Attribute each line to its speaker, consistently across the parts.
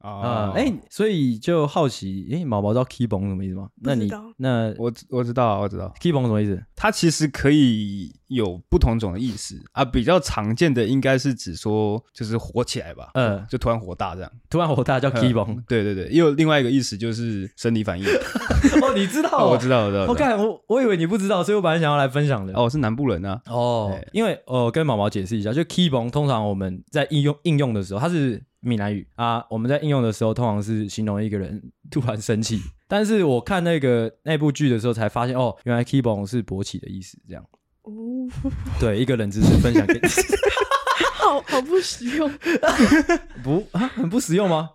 Speaker 1: 啊，哎、所以就好奇，哎、毛毛知道 key 绷什么意思吗？那
Speaker 2: 知
Speaker 1: 你
Speaker 2: 道
Speaker 1: 那
Speaker 3: 我知我知道啊，我知道，
Speaker 1: key 绷什么意思？
Speaker 3: 它其实可以有不同种的意思啊。比较常见的应该是指说就是火起来吧，
Speaker 1: 嗯
Speaker 3: 就突然火大这样。嗯
Speaker 1: 突然火大叫 key 绷，
Speaker 3: 对对对，也有另外一个意思就是生理反应。
Speaker 1: 哦，你知道、
Speaker 3: 哦我知
Speaker 1: 道。
Speaker 3: 道，我知道。
Speaker 1: 我
Speaker 3: 我知道
Speaker 1: 看我我以为你不知道，所以我本来想要来分享的。
Speaker 3: 哦，我是南部人啊。
Speaker 1: 哦
Speaker 3: 对，
Speaker 1: 因为呃，跟毛毛解释一下，就 key 绷通常我们在应用应用的时候，它是闽南语啊，我们在应用的时候通常是形容一个人突然生气。 但是我看那个那部剧的时候，才发现哦，原来 key 绷是勃起的意思，这样。
Speaker 2: 哦，
Speaker 1: 对，一个冷知识分享给你，
Speaker 2: 好好不实用。
Speaker 1: 不啊，很不实用吗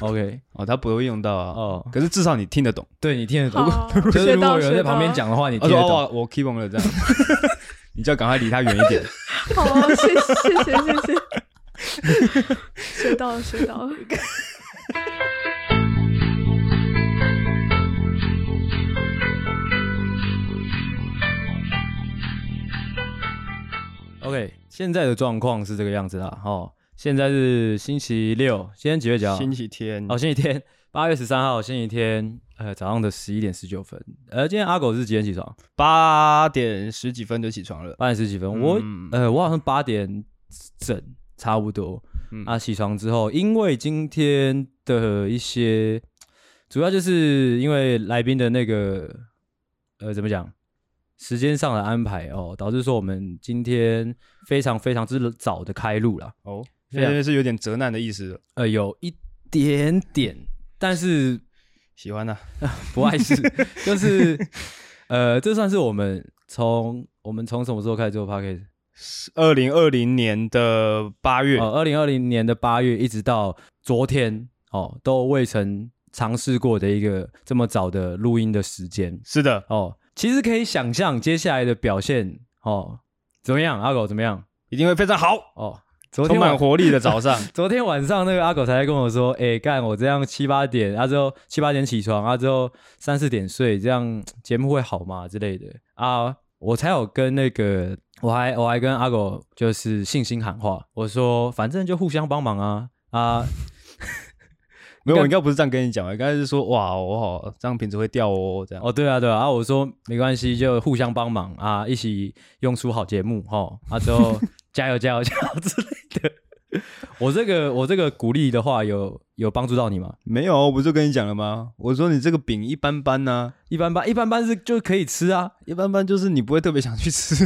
Speaker 1: ？OK，
Speaker 3: 哦，他不会用到啊。
Speaker 1: 哦，
Speaker 3: 可是至少你听得懂。
Speaker 1: 对你听得懂。
Speaker 2: 好，
Speaker 1: 就是
Speaker 2: 学
Speaker 1: 如果
Speaker 2: 到
Speaker 1: 有人
Speaker 2: 学
Speaker 1: 在
Speaker 2: 到。
Speaker 1: 旁边，讲的话，你
Speaker 3: 他
Speaker 1: 听
Speaker 3: 说
Speaker 1: 得
Speaker 3: 哦，
Speaker 1: 懂。
Speaker 3: 我我 keep on 了这样，你就要赶快离他远一点。
Speaker 2: 好啊，谢谢谢谢谢谢，学到了学到了。
Speaker 3: 哦
Speaker 1: OK，现在的状况是这个样子啦。哦，现在是星期六，今天几月几号？
Speaker 3: 星期天
Speaker 1: 哦，星期天，八月十三号，星期天，呃，早上的十一点十九分。呃，今天阿狗是几点起床？
Speaker 3: 八点十几分就起床了。
Speaker 1: 八点十几分。我
Speaker 3: 嗯
Speaker 1: 呃，我好像八点整差不多。
Speaker 3: 嗯
Speaker 1: 啊，起床之后，因为今天的一些，主要就是因为来宾的那个，呃，怎么讲，时间上的安排哦，导致说我们今天非常非常之早的开录了。
Speaker 3: 哦，
Speaker 1: 这
Speaker 3: 现
Speaker 1: 样
Speaker 3: 在是有点责难的意思了，
Speaker 1: 呃，有一点点，但是
Speaker 3: 喜欢啊呐、
Speaker 1: 不碍 事，就是呃，这算是我们从我们从什么时候开始做 p a c k a g e
Speaker 3: 二零二零年的八月，
Speaker 1: 哦，二零二零年的八月一直到昨天哦，都未曾尝试过的一个这么早的录音的时间
Speaker 3: 是的，
Speaker 1: 哦。其实可以想象接下来的表现哦，怎么样，阿狗怎么样？
Speaker 3: 一定会非常好，
Speaker 1: 哦，昨
Speaker 3: 充
Speaker 1: 天
Speaker 3: 满
Speaker 1: 晚
Speaker 3: 活力的早上。
Speaker 1: 昨天晚上那个阿狗才在跟我说，哎、干我这样七八点，啊之后七八点起床，啊之后三四点睡，这样节目会好吗之类的啊？我才有跟那个，我还我还跟阿狗就是信心喊话，我说反正就互相帮忙啊啊，
Speaker 3: 没有，我应该不是这样跟你讲，我应该是说哇，我好这样瓶子会掉哦，这样。
Speaker 1: 哦，对啊，对啊，啊，我说没关系，就互相帮忙啊，一起用出好节目哈，啊，之后加油加油加油之类的。 我这个我这个鼓励的话有有帮助到你吗？
Speaker 3: 没有，啊我不就跟你讲了吗？我说你这个饼一般般呐、
Speaker 1: 一般般，一般般是就可以吃啊。
Speaker 3: 一般般就是你不会特别想去 吃。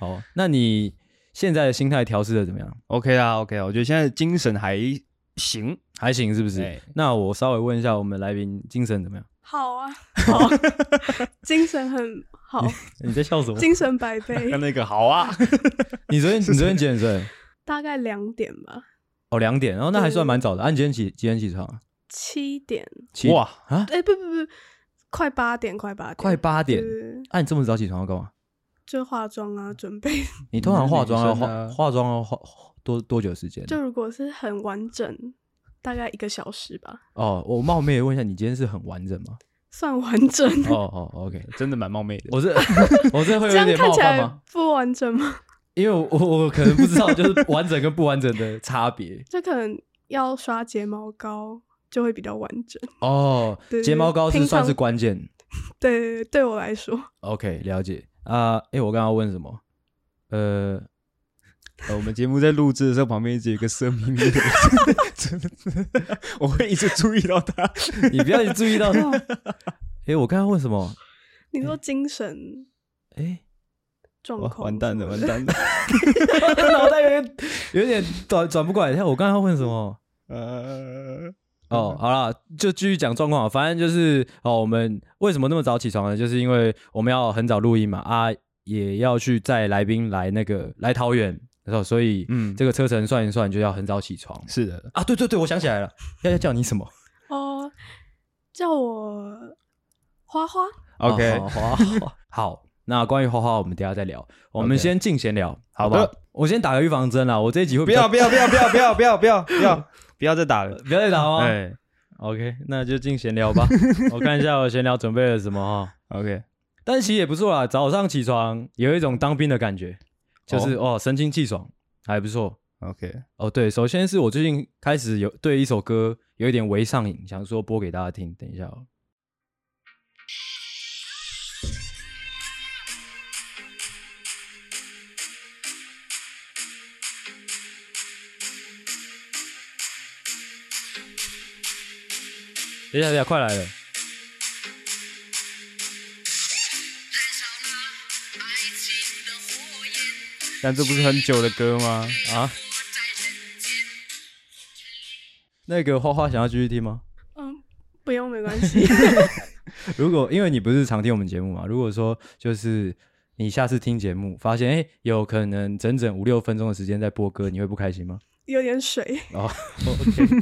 Speaker 1: 哦，那你现在的心态调试的怎么样？
Speaker 3: OK 啊，OK 啊，我觉得现在精神还行，
Speaker 1: 还行是不是？
Speaker 3: 哎
Speaker 1: 那我稍微问一下我们来宾精神怎么样？
Speaker 2: 好啊，好，精神很好，
Speaker 1: 你在笑什么？
Speaker 2: 精神百倍，
Speaker 3: 那个好啊，
Speaker 1: 你昨天你昨天几点睡？
Speaker 2: 大概两点吧，
Speaker 1: 哦，两点，然、后那还算蛮早的。啊，你今天几几点起床啊？
Speaker 2: 七点，
Speaker 1: 七
Speaker 3: 哇，
Speaker 1: 啊，
Speaker 2: 哎，不不不，快八点，快八点，
Speaker 1: 快八点。
Speaker 2: 就是
Speaker 1: 啊，你这么早起床要干嘛？
Speaker 2: 就化妆啊，准备。
Speaker 1: 你通常化妆要
Speaker 3: 女
Speaker 1: 化、
Speaker 3: 生啊
Speaker 1: 化妆要化化多多久时间？
Speaker 2: 就如果是很完整，大概一个小时吧，
Speaker 1: 哦，我冒昧地问一下，你今天是很完整吗？
Speaker 2: 算完 整。
Speaker 1: 哦哦，OK，
Speaker 3: 真的蛮冒昧的。
Speaker 1: 我这 我这会有
Speaker 2: 这样
Speaker 1: 点
Speaker 2: 看
Speaker 1: 冒
Speaker 2: 起
Speaker 1: 犯
Speaker 2: 来
Speaker 1: 吗？
Speaker 2: 不完整吗？
Speaker 1: 因为我我我可能不知道，就是完整跟不完整的差别。
Speaker 2: 就可能要刷睫毛膏就会比较完整。
Speaker 1: 哦
Speaker 2: 对，
Speaker 1: 睫毛膏是
Speaker 2: 平
Speaker 1: 算
Speaker 2: 常
Speaker 1: 是关键。
Speaker 2: 对，对我来说，
Speaker 1: OK，了解啊。诶，我刚刚问什么？呃，
Speaker 3: 呃我们节目在录制的时候，旁边一直有一个色 眯眯的人，真的，真的我会一直注意到他。
Speaker 1: 你不要去注意 到他。诶，我刚刚问什么？
Speaker 2: 你说精神
Speaker 1: 诶，
Speaker 2: 状
Speaker 3: 哇
Speaker 2: 况，
Speaker 3: 完蛋了，完。蛋了。
Speaker 1: 脑袋有点有点转转不过来。等一下我刚刚问什么？
Speaker 3: 呃，
Speaker 1: 哦，好啦，就继续讲状况。啊反正就是哦，我们为什么那么早起床呢？就是因为我们要很早录音嘛，啊，也要去载来宾来那个来桃园，然后所以
Speaker 3: 嗯
Speaker 1: 这个车程算一算就要很早起床。
Speaker 3: 是的，
Speaker 1: 啊，对对对，我想起来了，要要叫你什么？
Speaker 2: 哦，叫我花花。
Speaker 3: OK
Speaker 1: 哦好好好好好。那关于花花，我们等一下再聊。我们
Speaker 3: OK
Speaker 1: 先进闲聊，
Speaker 3: 好
Speaker 1: 好吧
Speaker 3: 的？
Speaker 1: 我先打个预防针啦，我这一集会
Speaker 3: 不
Speaker 1: 比较
Speaker 3: 要不要不要不要不要不要不要不 要不要再打了。
Speaker 1: 不要再打哦。
Speaker 3: 哎
Speaker 1: OK，那就进闲 聊吧。我看一下我闲聊准备了什么哈、
Speaker 3: ，OK，
Speaker 1: 但其实也不错哦啦，早上起床有一种当兵的感觉，就是哦神清气爽，还不错。
Speaker 3: OK，
Speaker 1: 哦，对，首先是我最近开始有对一首歌有一点微上瘾，想说播给大家听。等一下、哦，等一下，等一下，快来了！
Speaker 3: 但这不是很久的歌吗？
Speaker 1: 啊，那个花花想要继续听吗？
Speaker 2: 嗯，不用没关系。
Speaker 1: 如果因为你不是常听我们节目嘛，如果说就是你下次听节目发现，哎、有可能整整五六分钟的时间在播歌，你会不开心吗？
Speaker 2: 有点水，
Speaker 1: 哦，OK，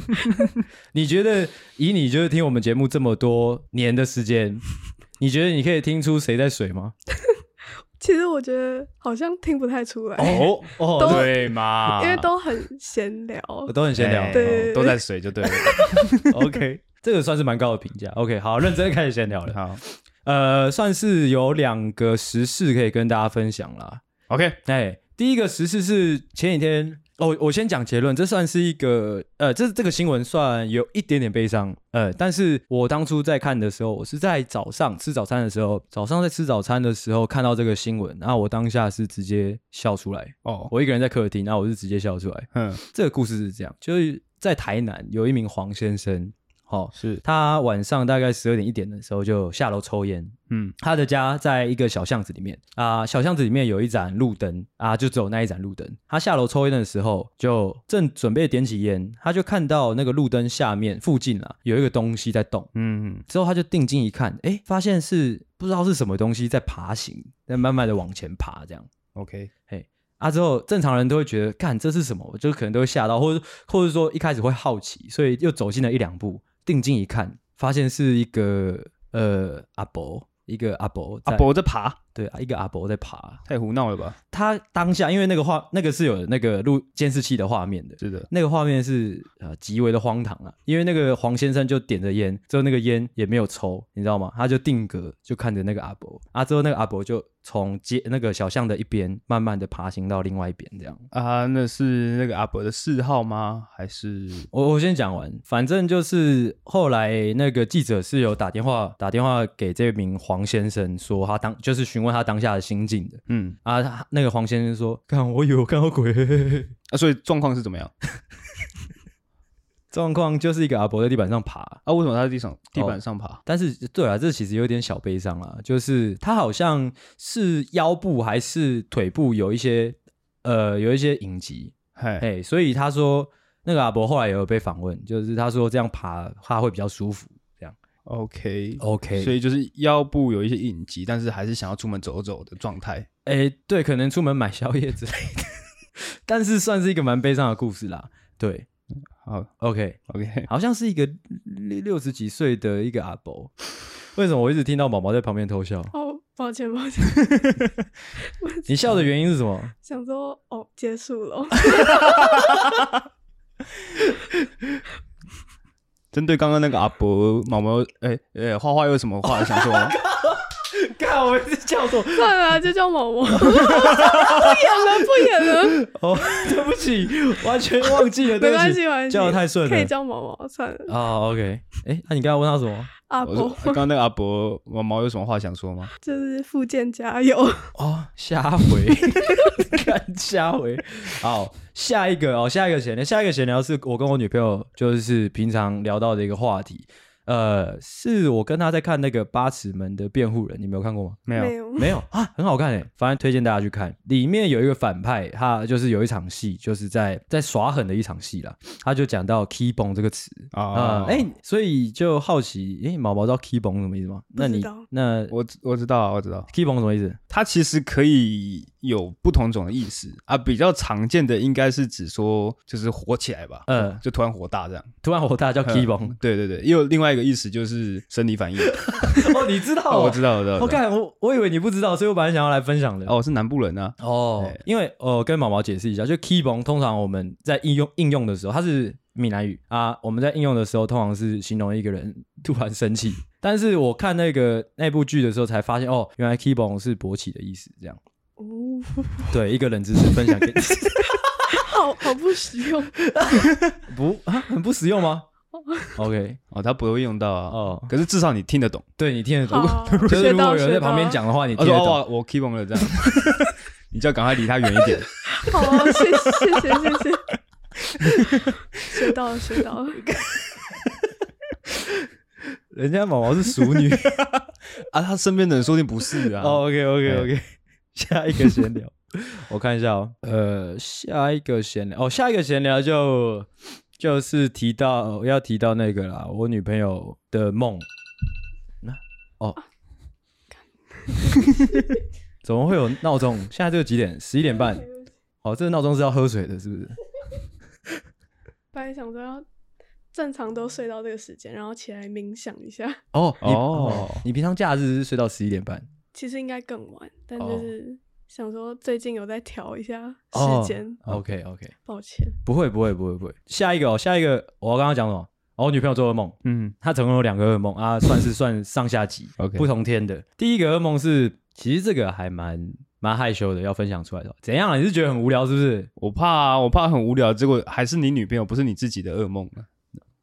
Speaker 1: 你觉得以你就是听我们节目这么多年的时间， 你觉得你可以听出谁在水吗？
Speaker 2: 其实我觉得好像听不太出来，
Speaker 3: 哦啊
Speaker 2: 都
Speaker 3: 哦，对嘛，
Speaker 2: 因为都很闲聊。
Speaker 1: 我都很闲聊、哦
Speaker 3: 哎
Speaker 2: 对
Speaker 3: 都在水就对了。
Speaker 1: ，OK，这个算是蛮高的评价。OK，好，认真开始闲聊了。
Speaker 3: 好
Speaker 1: 呃，算是有两个时事可以跟大家分享啦。
Speaker 3: ，OK，
Speaker 1: 哎，第一个时事是前几天，哦，我先讲结论，这算是一个，呃，这这个新闻算有一点点悲伤，呃，但是我当初在看的时候，我是在早上吃早餐的时候，早上在吃早餐的时候看到这个新闻，然后我当下是直接笑出来，
Speaker 3: 哦，
Speaker 1: 我一个人在客厅，然后我是直接笑出来。
Speaker 3: 嗯，
Speaker 1: 这个故事是这样，就是在台南有一名黄先生，哦，
Speaker 3: 是，
Speaker 1: 他晚上大概十二点一点的时候就下楼抽烟，
Speaker 3: 嗯，
Speaker 1: 他的家在一个小巷子里面啊、小巷子里面有一盏路灯啊，就只有那一盏路灯。他下楼抽烟的时候，就正准备点起烟，他就看到那个路灯下面附近啊有一个东西在动。
Speaker 3: 嗯，
Speaker 1: 之后他就定睛一看，哎，发现是不知道是什么东西在爬行，在慢慢的往前爬这样。
Speaker 3: OK，
Speaker 1: 啊，之后正常人都会觉得，干这是什么？就可能都会吓到，或者或者说一开始会好奇，所以又走近了一两步，定睛一看，发现是一个呃阿伯，一个阿伯在，
Speaker 3: 阿伯在爬，
Speaker 1: 对，一个阿伯在爬。
Speaker 3: 太胡闹了吧？
Speaker 1: 他当下因为那个画，那个是有那个录监视器的画面的，
Speaker 3: 是的，
Speaker 1: 那个画面是呃极为的荒唐啊，因为那个黄先生就点着烟，之后那个烟也没有抽，你知道吗？他就定格就看着那个阿伯，啊之后那个阿伯就从街那个小巷的一边慢慢的爬行到另外一边，这样。
Speaker 3: 啊，那是那个阿伯的嗜好吗？还是
Speaker 1: 我我先讲完，反正就是后来那个记者是有打电话打电话给这名黄先生，说他当就是询问他当下的心境的
Speaker 3: 嗯
Speaker 1: 啊，他那个黄先生说，看我以为我看到鬼， 嘿嘿嘿
Speaker 3: 啊？所以状况是怎么样？
Speaker 1: 状况就是一个阿伯在地板上爬，
Speaker 3: 啊，为什么他在地上地板上爬？
Speaker 1: 但是对啊，这其实有点小悲伤啦，就是他好像是腰部还是腿部有一些呃有一些隐疾，
Speaker 3: 嘿，
Speaker 1: 哎，所以他说那个阿伯后来也有被访问，就是他说这样爬他会比较舒服，这样
Speaker 3: OK。
Speaker 1: OK
Speaker 3: 所以就是腰部有一些隐疾，但是还是想要出门走走的状态。
Speaker 1: 哎，对，可能出门买宵夜之类的，但是算是一个蛮悲伤的故事啦，对
Speaker 3: 好
Speaker 1: ，OK，
Speaker 3: ，OK，
Speaker 1: 好像是一个六六十几岁的一个阿伯，为什么我一直听到毛毛在旁边偷笑？
Speaker 2: 哦，抱歉抱歉，
Speaker 1: 你笑的原因是什么？
Speaker 2: 想说哦结束了，
Speaker 3: 针对刚刚那个阿伯毛毛，哎、哎、花花有什么话想说吗？
Speaker 1: 看我们是叫做
Speaker 2: 算了，啊就叫某某，不演了不演了，
Speaker 1: 哦， 对不起，完全忘记了，
Speaker 2: 没
Speaker 1: 对
Speaker 2: 关
Speaker 1: 不
Speaker 2: 系
Speaker 1: 起
Speaker 2: 没关系，
Speaker 1: 叫的太顺
Speaker 2: 可以
Speaker 1: 了。
Speaker 2: 叫某某算了，
Speaker 1: 哦，OK，哎，那你刚刚问他什么？
Speaker 2: 阿
Speaker 3: 我说
Speaker 2: 伯
Speaker 3: 刚刚那个阿伯毛毛有什么话想说吗？
Speaker 2: 就是附件加油，
Speaker 1: 哦，下回， 看下回。好，下一个哦，下一个闲聊，下一个闲聊是我跟我女朋友就是平常聊到的一个话题。呃，是我跟她在看那个《八尺门的辩护人》，你没有看过吗？
Speaker 3: 没
Speaker 2: 没有
Speaker 1: 没有啊，很好看诶，反正推荐大家去看。里面有一个反派，他就是有一场戏，就是在在耍狠的一场戏啦。他就讲到 k e y b o n 这个词啊，
Speaker 3: 啊，
Speaker 1: 哎、所以就好奇，哎、毛毛知道 k e y b o n 什么意思吗？那你
Speaker 2: 知道
Speaker 1: 那
Speaker 3: 我知我知道啊，我知道，
Speaker 1: k e y b o n 什么意思？
Speaker 3: 它其实可以有不同种的意思啊，比较常见的应该是指说就是火起来吧，
Speaker 1: 嗯
Speaker 3: 就突然火大这 样。嗯
Speaker 1: 突然火大叫 k e y b o n
Speaker 3: 对对对，也有另外一个意思就是生理反应。
Speaker 1: 哦，你知道、
Speaker 3: 哦，我知道，我知道，
Speaker 1: 我
Speaker 3: 我知道
Speaker 1: 看、我我以为你不知道，所以我本来想要来分享的。
Speaker 3: 哦，我是南部人啊，
Speaker 1: 哦
Speaker 3: 对，
Speaker 1: 因为呃，跟毛毛解释一下，就 k e y b o n 通常我们在应用应用的时候，它是闽南语啊，我们在应用的时候，通常是形容一个人突然生气。 但是我看那个那部剧的时候，才发现哦，原来 k e y b o n 是勃起的意思，这样。
Speaker 2: 哦，
Speaker 1: 对，一个冷知识分享给你。
Speaker 2: 好好不实用。
Speaker 1: 不啊，很不实用吗？OK，
Speaker 3: 哦，他不会用到啊。
Speaker 1: 哦，
Speaker 3: 可是至少你听得懂。
Speaker 1: 对你听得懂，
Speaker 2: 好，
Speaker 1: 就是
Speaker 2: 学
Speaker 1: 如果
Speaker 2: 到
Speaker 1: 有人
Speaker 2: 学
Speaker 1: 在
Speaker 2: 到。
Speaker 1: 旁边讲的话，你
Speaker 3: 他
Speaker 1: 听
Speaker 3: 说：“
Speaker 1: 得懂。
Speaker 3: 哦，我 keep on 了这样， 你就要赶快离他远一点。
Speaker 2: 好啊，谢谢谢谢谢谢，学 到了学 到了。
Speaker 1: 人家毛毛是熟女。”
Speaker 3: 啊，他身边的人说不定不是啊。
Speaker 1: 哦，OK OK OK，下一个闲 聊，我看一下哦。呃，下一个闲聊，哦，下一个闲聊就就是提到要提到那个啦，我女朋友的梦。那哦， 怎么会有闹钟？现在这个几点？十一点半。哦，这个闹钟是要喝水的，是不是？
Speaker 2: 本来想说要正常都睡到这个时间，然后起来冥想一下，
Speaker 1: 哦，你
Speaker 3: 哦
Speaker 1: 你平常假日是睡到十一点半？
Speaker 2: 其实应该更晚，但
Speaker 1: 哦
Speaker 2: 就是想说最近有在调一下时间，
Speaker 1: 哦、OK OK，
Speaker 2: 抱歉。
Speaker 1: 不会不会不会不会。下一个哦，下一个我刚刚讲什么？哦，我女朋友做噩梦。
Speaker 3: 嗯，
Speaker 1: 他总共有两个噩梦 啊，算是算上下集
Speaker 3: OK
Speaker 1: 不同天的。第一个噩梦是，其实这个还蛮蛮害羞的，要分享出来的。怎样啊？你是觉得很无聊是不是？
Speaker 3: 我怕啊，我怕很无聊，结果还是你女朋友，不是你自己的噩梦啊。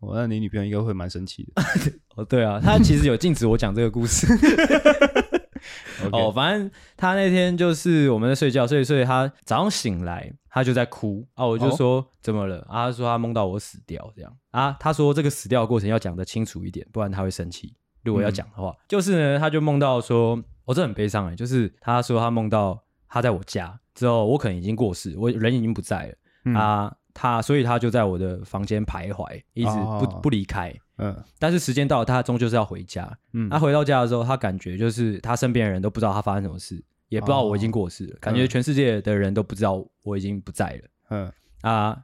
Speaker 3: 我那你女朋友应该会蛮生气的。
Speaker 1: 哦，对啊，他其实有禁止我讲这个故事。哦，
Speaker 3: 哦，
Speaker 1: 反正他那天就是我们在睡觉，睡一睡，他早上醒来，他就在哭啊，我就
Speaker 3: 哦
Speaker 1: 说、怎么了啊？他说他梦到我死掉这样啊，他说这个死掉的过程要讲得清楚一点，不然他会生气。如果要讲的
Speaker 3: 嗯
Speaker 1: 话，就是呢，他就梦到说，我、哦、这很悲伤哎，就是他说他梦到他在我家之后，我可能已经过世，我人已经不在了、
Speaker 3: 嗯
Speaker 1: 啊，他所以他就在我的房间徘徊，一直不、
Speaker 3: 哦
Speaker 1: 不离开。
Speaker 3: 嗯
Speaker 1: 但是时间到了，他终究是要回家。
Speaker 3: 嗯
Speaker 1: 他回到家的时候，他感觉就是他身边的人都不知道他发生什么事，也不知道我已经过世了，感觉全世界的人都不知道我已经不在了
Speaker 3: 嗯
Speaker 1: 啊，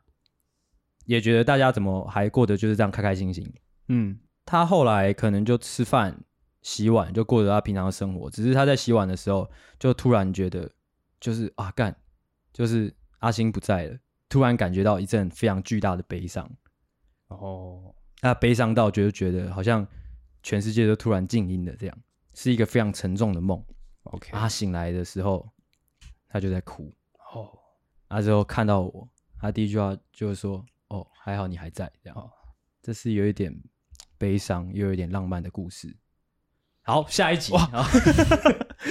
Speaker 1: 也觉得大家怎么还过得就是这样开开心心。
Speaker 3: 嗯
Speaker 1: 他后来可能就吃饭、洗碗，就过着他平常的生活。只是他在洗碗的时候，就突然觉得，就是啊干，就是阿星不在了，突然感觉到一阵非常巨大的悲伤。
Speaker 3: 哦，
Speaker 1: 他悲伤到觉得觉得好像全世界都突然静音了，这样是一个非常沉重的梦。
Speaker 3: OK
Speaker 1: 他醒来的时候，他就在哭。
Speaker 3: 哦，
Speaker 1: 他之后看到我，他第一句话就是说：“哦，还好你还在。”这样，
Speaker 3: 哦
Speaker 1: 这是有一点悲伤又有一点浪漫的故事。好，下一集哇，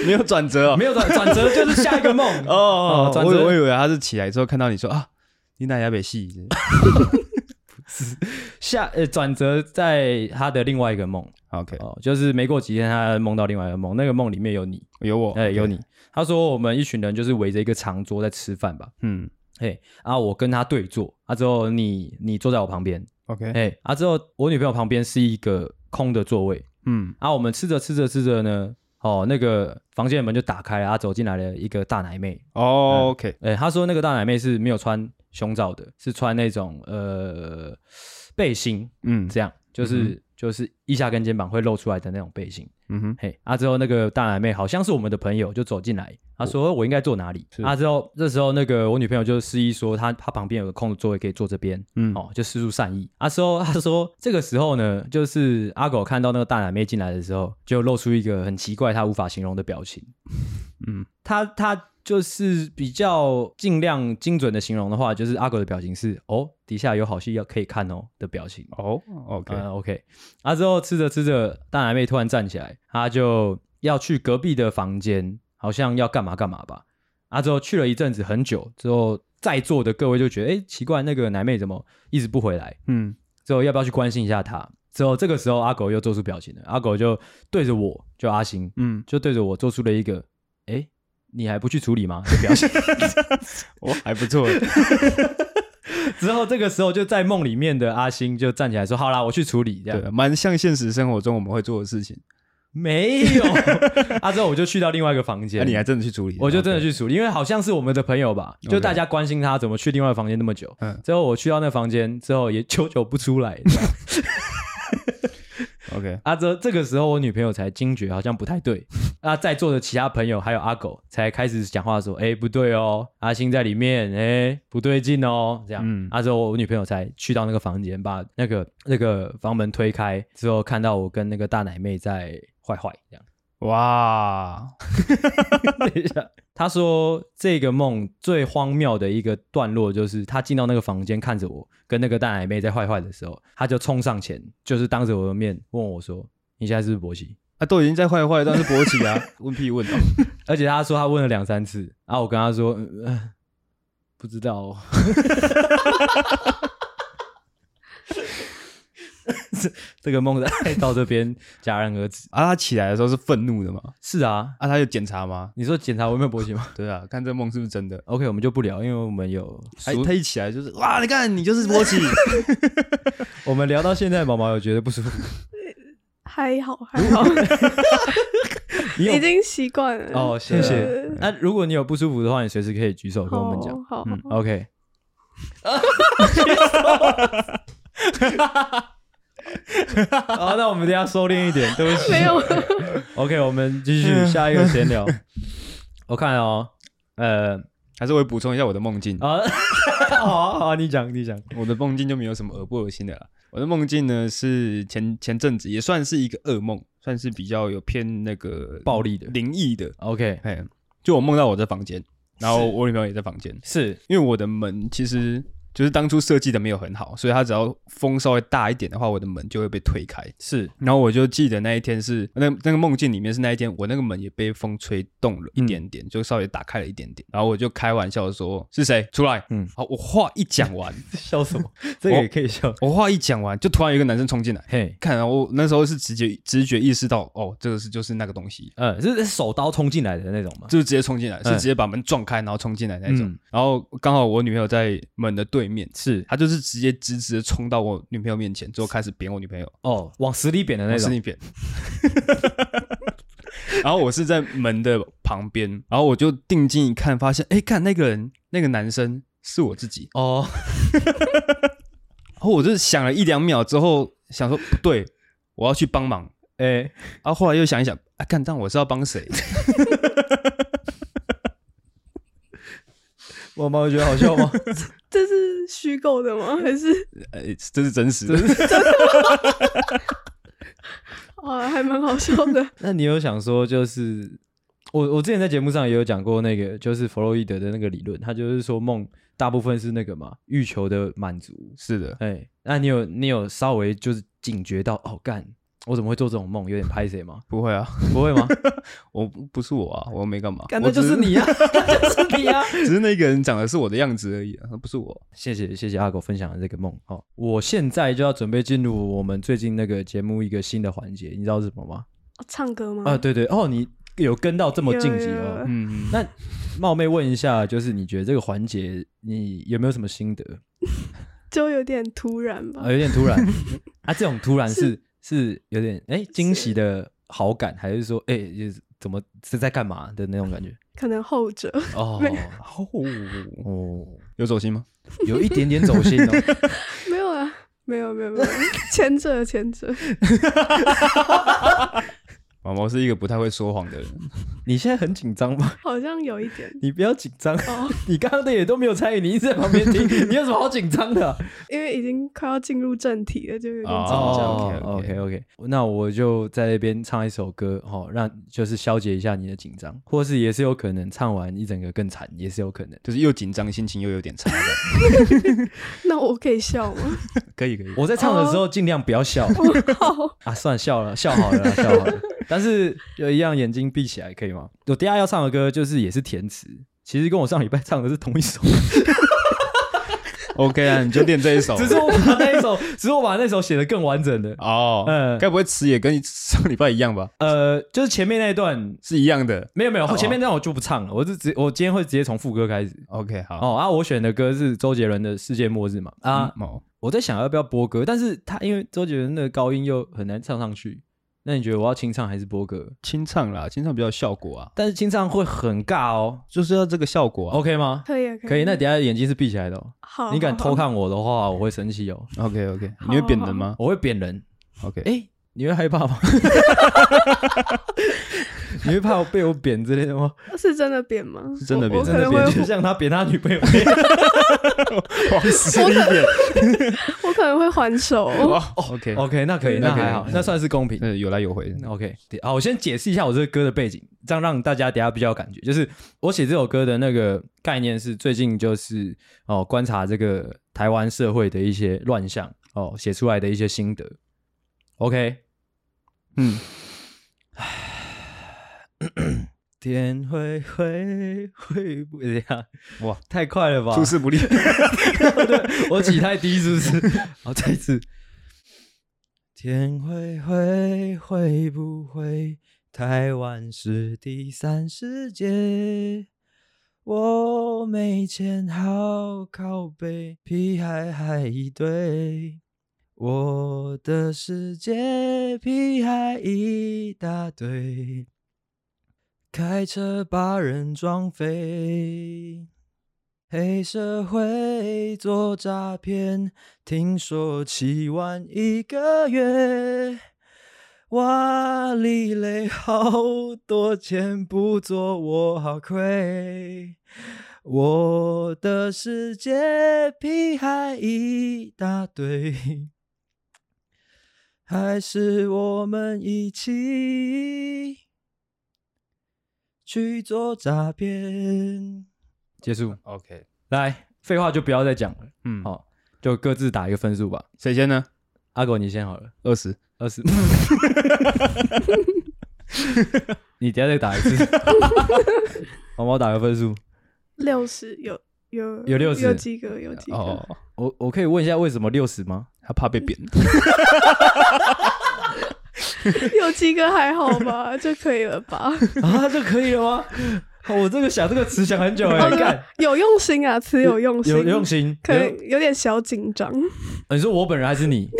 Speaker 3: 没有转折哦，
Speaker 1: 没有转转折就是下一个梦
Speaker 3: 哦哦，
Speaker 1: 哦
Speaker 3: 哦
Speaker 1: 转
Speaker 3: 我以
Speaker 1: 折
Speaker 3: 我以为他是起来之后看到你说啊，你那也北戏，
Speaker 1: 下呃转折在他的另外一个梦
Speaker 3: OK，
Speaker 1: 哦，就是没过几天他梦到另外一个梦，那个梦里面有你。
Speaker 3: 有我，
Speaker 1: 哎、有你。他说我们一群人就是围着一个长桌在吃饭吧。
Speaker 3: 嗯
Speaker 1: 嘿，啊，我跟他对坐，啊之后你你坐在我旁边，
Speaker 3: ，OK，
Speaker 1: 哎，啊之后我女朋友旁边是一个空的座位，
Speaker 3: 嗯，
Speaker 1: 啊，我们吃着吃着吃着呢，哦，那个房间的门就打开了，啊，走进来了一个大奶妹，
Speaker 3: 哦，OK，
Speaker 1: 哎，她说那个大奶妹是没有穿胸罩的，是穿那种呃背心，
Speaker 3: 嗯
Speaker 1: 这样就是、就是腋下跟肩膀会露出来的那种背心，
Speaker 3: 嗯哼，
Speaker 1: 嘿，啊之后那个大奶妹好像是我们的朋友，就走进来，她说我应该坐哪里？
Speaker 3: 是
Speaker 1: 啊之后这时候那个我女朋友就示意说她她旁边有个空的座位可以坐这边，
Speaker 3: 嗯，
Speaker 1: 哦，就施出善意。啊之后她说 这个时候呢，就是阿狗看到那个大奶妹进来的时候，就露出一个很奇怪她无法形容的表情。
Speaker 3: 嗯，
Speaker 1: 她她就是比较尽量精准的形容的话，就是阿狗的表情是哦底下有好戏要可以看哦的表情。
Speaker 3: 哦，OK，
Speaker 1: 嗯 OK，啊之后吃着吃着，大奶妹突然站起来，她就要去隔壁的房间，好像要干嘛干嘛吧。啊之后去了一阵子很久之后，在座的各位就觉得，哎、奇怪，那个奶妹怎么一直不回来？
Speaker 3: 嗯，
Speaker 1: 之后要不要去关心一下她？之后这个时候阿狗又做出表情了，阿狗就对着我，就阿星，
Speaker 3: 嗯，
Speaker 1: 就对着我做出了一个，哎、你还不去处理吗？的表情。 哦
Speaker 3: 我还不错，
Speaker 1: 之后这个时候就在梦里面的阿星就站起来说，好啦，我去处理。这样
Speaker 3: 对，蛮像现实生活中我们会做的事情。
Speaker 1: 没有， 啊，之后我就去到另外一个房
Speaker 3: 那
Speaker 1: 间，
Speaker 3: 啊你还真啊的去处理？
Speaker 1: 我就真的去处理，因为好像是我们的朋友吧，就大家关心他怎么去另外一个房间那么久。
Speaker 3: 嗯
Speaker 1: 之后我去到那房间之后也久久不 出来，
Speaker 3: OK，
Speaker 1: 啊，这这个时候我女朋友才惊觉好像不太对，啊，在座的其他朋友还有阿狗才开始讲话说，哎、不对哦，阿星在里面，哎、不对劲哦，这样，
Speaker 3: 嗯
Speaker 1: 啊，之后我女朋友才去到那个房间，把那个那个房门推开之后，看到我跟那个大奶妹在坏坏这样。
Speaker 3: 哇，
Speaker 1: 等一下， 他说这个梦最荒谬的一个段落就是他进到那个房间，看着我跟那个大奶妹在坏坏的时候，他就冲上前，就是当着我的面问我说：“你现在是不是勃起
Speaker 3: 啊，都已经在坏坏，但是勃起啊， 问屁问啊，？”
Speaker 1: 而且他说他问了两三次，然后我跟他说：“嗯、呃不知道、 哦。这”这个梦到这边戛然而止。
Speaker 3: 啊，他起来的时候是愤怒的嘛？
Speaker 1: 是啊，
Speaker 3: 啊，他有检查吗？
Speaker 1: 你说检查我有没有勃起吗
Speaker 3: 对啊，看这梦是不是真的？
Speaker 1: ？OK，我们就不聊，因为我们有
Speaker 3: 哎，他一起来就是哇，你看你就是勃起，
Speaker 1: 我们聊到现在，毛毛有觉得不舒服
Speaker 2: 还好还 好， 已经习惯了。
Speaker 1: 哦，谢谢。
Speaker 2: 对，
Speaker 1: 那、如果你有不舒服的话，你随时可以举手跟我们讲。
Speaker 2: 好，好
Speaker 1: 嗯，OK。好，那我们等一下收敛一点，对不起。
Speaker 2: 没有
Speaker 1: OK，我们继续下一个闲聊。我看哦，呃，
Speaker 3: 还是我补充一下我的梦境，
Speaker 1: 啊， 好啊，好啊，你讲，你讲。
Speaker 3: 我的梦境就没有什么恶不恶心的啦。我的梦境呢是前前阵子也算是一个噩梦，算是比较有偏那个
Speaker 1: 暴力的
Speaker 3: 灵异的。
Speaker 1: OK，
Speaker 3: 哎，就我梦到我在房间，然后我女朋友也在房间，
Speaker 1: 是
Speaker 3: 因为我的门其实就是当初设计的没有很好，所以它只要风稍微大一点的话，我的门就会被推开。
Speaker 1: 是，
Speaker 3: 然后我就记得那一天是那那个梦境里面是那一天，我那个门也被风吹动了一点点，就稍微打开了一点点。然后我就开玩笑说是谁出来？
Speaker 1: 嗯
Speaker 3: 嗯，好，我话一讲完，
Speaker 1: 笑什么？这个也可以笑。
Speaker 3: 我话一讲完，就突然有一个男生冲进来。
Speaker 1: 嘿，
Speaker 3: 看，然后我那时候是直觉直觉意识到，哦，这个是就是那个东西，
Speaker 1: 呃，是是手刀冲进来的那种吗？
Speaker 3: 就是直接冲进来，是
Speaker 1: 嗯
Speaker 3: 直接把门撞开，然后冲进来那种。
Speaker 1: 嗯
Speaker 3: 然后刚好我女朋友在门的对面，
Speaker 1: 是
Speaker 3: 她就是直接直直的冲到我女朋友面前，之后开始扁我女朋友，
Speaker 1: 哦，往死里扁的那
Speaker 3: 我是
Speaker 1: 种。
Speaker 3: 你扁。 然后我是在门的旁边，然后我就定睛一看，发现，哎，看那个人，那个男生是我自己。
Speaker 1: 哦，
Speaker 3: 然后我就想了一两秒之后，想说不对，我要去帮忙。
Speaker 1: 哎、
Speaker 3: 然后后来又想一想，啊，干，但我是要帮谁？
Speaker 1: 我妈会觉得好笑吗？
Speaker 2: 这是虚构的吗？还是
Speaker 3: 呃，这是真实的。
Speaker 2: 啊，还蛮好笑 的。
Speaker 1: 那你有想说，就是我我之前在节目上也有讲过那个，就是弗洛伊德的那个理论，他就是说梦大部分是那个嘛欲求的满足。
Speaker 3: 是的，
Speaker 1: 哎，那你有你有稍微就是警觉到哦，干我怎么会做这种梦？有点拍谁吗？
Speaker 3: 不会啊，
Speaker 1: 不会吗？
Speaker 3: 我不是我啊，我没干嘛，
Speaker 1: 干
Speaker 3: 我
Speaker 1: 那就是
Speaker 3: 只
Speaker 1: 你啊，就是你啊。
Speaker 3: 只是那个人长得是我的样子而已、啊，不是我。
Speaker 1: 谢谢谢谢阿狗分享的这个梦。好、我现在就要准备进入我们最近那个节目一个新的环节，你知道是什么吗？
Speaker 2: 哦唱歌吗？
Speaker 1: 啊，对对哦，你有跟到这么
Speaker 2: 有
Speaker 1: 晋级
Speaker 2: 有
Speaker 1: 哦
Speaker 2: 有。
Speaker 3: 嗯，
Speaker 1: 那冒昧问一下，就是你觉得这个环节你有没有什么心得？
Speaker 2: 就有点突然吧
Speaker 1: 啊，。有点突然啊，这种突然是是有点哎惊喜的好感，还是说哎就是怎么是在干嘛的那种感觉？
Speaker 2: 可能后者，
Speaker 1: 哦
Speaker 2: 没
Speaker 3: 哦，
Speaker 1: 哦，
Speaker 3: 有走心吗？
Speaker 1: 有一点点走心哦。
Speaker 2: 没有啊，没有没有 没有，前者前者，
Speaker 3: 毛毛是一个不太会说谎的人，
Speaker 1: 你现在很紧张吗？
Speaker 2: 好像有一点
Speaker 1: 你不要紧张，
Speaker 2: 哦，
Speaker 1: 你刚刚的也都没有参与，你一直在旁边听，你有什么好紧张的啊、
Speaker 2: 因为已经快要进入正题了，就有点紧张。
Speaker 3: 哦
Speaker 1: 哦
Speaker 3: OK，OK
Speaker 1: OK OK，那我就在那边唱一首歌，哦，让就是消解一下你的紧张，或是也是有可能唱完一整个更惨，也是有可能。
Speaker 3: 就是又紧张，心情又有点差的。
Speaker 2: 那我可以笑吗？
Speaker 3: 可以可以，
Speaker 1: 我在唱的时候尽量不要笑、
Speaker 2: 好，
Speaker 1: 啊，算了笑了，笑好了啦，笑好了。但是有一样眼睛闭起来可以吗？我第二要唱的歌就是也是填词，其实跟我上礼拜唱的是同一首，
Speaker 3: OK 啊，你就练这一首
Speaker 1: 只。是我把那一首， 只是我把那首写的更完整的。
Speaker 3: 哦，
Speaker 1: 嗯
Speaker 3: 该不会词也跟你上礼拜一样吧？
Speaker 1: 呃，就是前面那一段
Speaker 3: 是一样的。
Speaker 1: 没有没有，
Speaker 3: 哦
Speaker 1: 前面那段我就不唱了，我是直我今天会直接从副歌开始。
Speaker 3: OK，好。嗯
Speaker 1: 哦啊，我选的歌是周杰伦的《世界末日》嘛啊，
Speaker 3: 毛，
Speaker 1: 我在想要不要播歌，但是他因为周杰伦的高音又很难唱上去，那你觉得我要清唱还是播歌？
Speaker 3: 清唱啦，清唱比较有效果啊，
Speaker 1: 但是清唱会很尬哦
Speaker 3: 就是要这个效果啊。
Speaker 1: ，OK 吗？
Speaker 2: 可以啊，
Speaker 1: 可以，那等一下眼睛是闭起来的、哦。
Speaker 2: 好，
Speaker 1: 你敢
Speaker 2: 好
Speaker 1: 偷？看我的话，我会生气哦，
Speaker 3: OK OK，
Speaker 2: 好
Speaker 3: 你会扁人吗
Speaker 1: 我会扁人。
Speaker 3: ？OK，
Speaker 1: 哎，你会害怕吗？ 你会怕我被我扁之类的 吗？
Speaker 2: 是真的扁吗？
Speaker 3: 是真的扁
Speaker 2: 我我
Speaker 3: 真
Speaker 2: 可
Speaker 3: 的
Speaker 2: 能
Speaker 3: 扁
Speaker 1: 就
Speaker 2: 会，
Speaker 1: 像他扁他女朋友一样。
Speaker 3: 往死里点。
Speaker 2: 我可能会还手。
Speaker 3: 哦，OK，
Speaker 1: OK，那可以，
Speaker 3: 那
Speaker 1: 那
Speaker 3: 可以
Speaker 1: 还好
Speaker 3: 嗯，
Speaker 1: 那算是公平。
Speaker 3: 那有来有回。
Speaker 1: OK，好，我先解释一下我这个歌的背景，这样让大家等一下比较有感觉。就是我写这首歌的那个概念是，最近就是哦观察这个台湾社会的一些乱象哦，写出来的一些心得。OK，
Speaker 3: 嗯，
Speaker 1: 天会会会不 这样？
Speaker 3: 哇，
Speaker 1: 太快了吧！
Speaker 3: 出师不 利。
Speaker 1: 我起太低是不是？好，再一次。天会会会不会台湾是第三世界？我没钱好靠背，屁孩还一堆。我的世界屁孩一大堆，开车把人撞飞。黑社会做诈骗，听说七万一个月。哇哩嘞，好多钱，不做我好亏。我的世界屁孩一大堆， 还是我们一起去做诈骗。结束。
Speaker 3: OK，
Speaker 1: 来，废话就不要再讲了，
Speaker 3: 嗯，
Speaker 1: 好、，就各自打一个分数吧。
Speaker 3: 谁先呢？
Speaker 1: 阿狗，你先好了，
Speaker 3: 二十。
Speaker 1: 二 十。你等一下再打一次， 我帮我打个分数。
Speaker 2: 六十有有
Speaker 1: 有60
Speaker 2: 有几个有几个？
Speaker 3: 哦，
Speaker 1: 我我可以问一下为什么六十吗？
Speaker 3: 他怕被扁。
Speaker 2: 有几个还好吧，就可以了吧？
Speaker 1: 啊，这可以了吗？我这个想这个词想很久哎、
Speaker 2: 哦
Speaker 1: 欸，干、
Speaker 2: 有用心啊，词有用心，
Speaker 1: 有有用心。
Speaker 2: 可
Speaker 1: 有
Speaker 2: 能有点小紧张。
Speaker 1: 你说我本人还是你？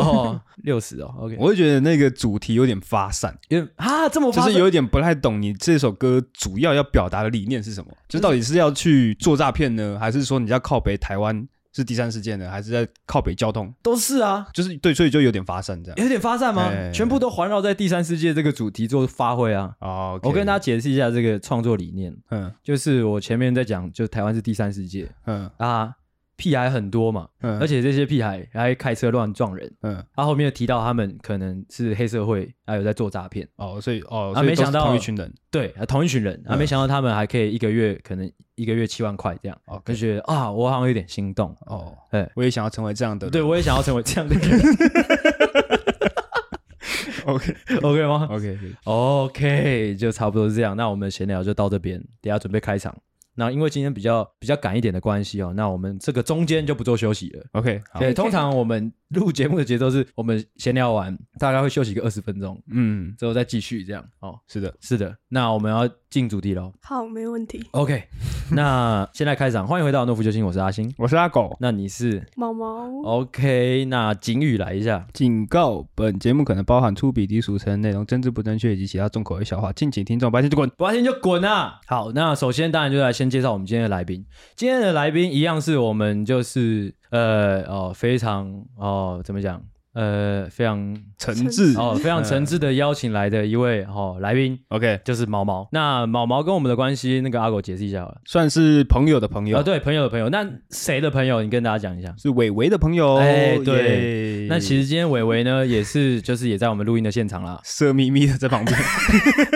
Speaker 1: 哦，六十哦，OK。
Speaker 3: 我会觉得那个主题有点发散，
Speaker 1: 有点啊，这么
Speaker 3: 就
Speaker 1: 发
Speaker 3: 是
Speaker 1: 生
Speaker 3: 有一点不太懂你这首歌主要要表达的理念是什么？
Speaker 1: 嗯
Speaker 3: 就是到底是要去做诈骗呢，还是说你要靠北台湾是第三世界呢，还是在靠北交通？
Speaker 1: 都是啊，
Speaker 3: 就是对，所以就有点发散这样。
Speaker 1: 有点发散吗？
Speaker 3: 哎
Speaker 1: 全部都环绕在第三世界这个主题做发挥啊。
Speaker 3: 哦
Speaker 1: 我跟大家，解释一下这个创作理念。
Speaker 3: 嗯
Speaker 1: 就是我前面在讲，就台湾是第三世界
Speaker 3: 嗯
Speaker 1: 啊，屁孩很多嘛，
Speaker 3: 嗯，
Speaker 1: 而
Speaker 3: 且
Speaker 1: 且这些屁孩还开车乱撞人。啊
Speaker 3: 嗯
Speaker 1: 他、后面又提到他们可能是黑社会，还有在做诈骗，
Speaker 3: 哦，所以哦，
Speaker 1: 啊
Speaker 3: 所以
Speaker 1: 没
Speaker 3: 都是
Speaker 1: 想到
Speaker 3: 同一群人，
Speaker 1: 对，啊同一群人啊，
Speaker 3: 嗯
Speaker 1: 没想到他们还可以一个月可能一个月七万块这样，
Speaker 3: 哦，
Speaker 1: 就觉得啊，我好像有点心动，
Speaker 3: 哦，
Speaker 1: 哎，
Speaker 3: 我也想要成为这样的人。
Speaker 1: 对我也想要成为这样的人
Speaker 3: ，OK
Speaker 1: ，OK 吗
Speaker 3: OK，
Speaker 1: ？OK，就差不多是这样。那我们闲聊就到这边，等一下准备开场。那因为今天比较比较赶一点的关系哦，那我们这个中间就不做休息了。
Speaker 3: OK，好，
Speaker 1: 对，通常我们录节目的节奏是我们闲聊完，大概会休息个二十分钟，
Speaker 3: 嗯，
Speaker 1: 之后再继续这样。哦，
Speaker 3: 是的，
Speaker 1: 是的，那我们要进主题喽。
Speaker 2: 好，没问题。
Speaker 1: OK，那现在开场，欢迎回到诺夫救星，我是阿星。
Speaker 3: 我是阿狗。
Speaker 1: 那你是
Speaker 2: 毛
Speaker 1: 哦
Speaker 2: 毛，
Speaker 1: OK？那警语来一下。
Speaker 3: 警告：本节目可能包含粗鄙、低俗、成人内容、政治不正确以及其他重口味笑话，敬请听众白天就滚。
Speaker 1: 不要听就滚啊！好，那首先当然就来先介绍我们今天的来宾。今天的来宾一样是我们就是呃哦非常哦怎么讲呃非常
Speaker 3: 诚挚
Speaker 1: 哦非常诚挚的邀请来的一位哦来宾。
Speaker 3: ，OK，
Speaker 1: 就是毛毛。那毛毛跟我们的关系，那个阿狗解释一下好了。
Speaker 3: 算是朋友的朋友，
Speaker 1: 啊，对，朋友的朋友，那谁的朋友？你跟大家讲一下。
Speaker 3: 是伟伟的朋友。哦
Speaker 1: 哎对
Speaker 3: 耶，
Speaker 1: 那其实今天伟伟呢，也是就是也在我们录音的现场 啦
Speaker 3: 色眯眯的在旁边，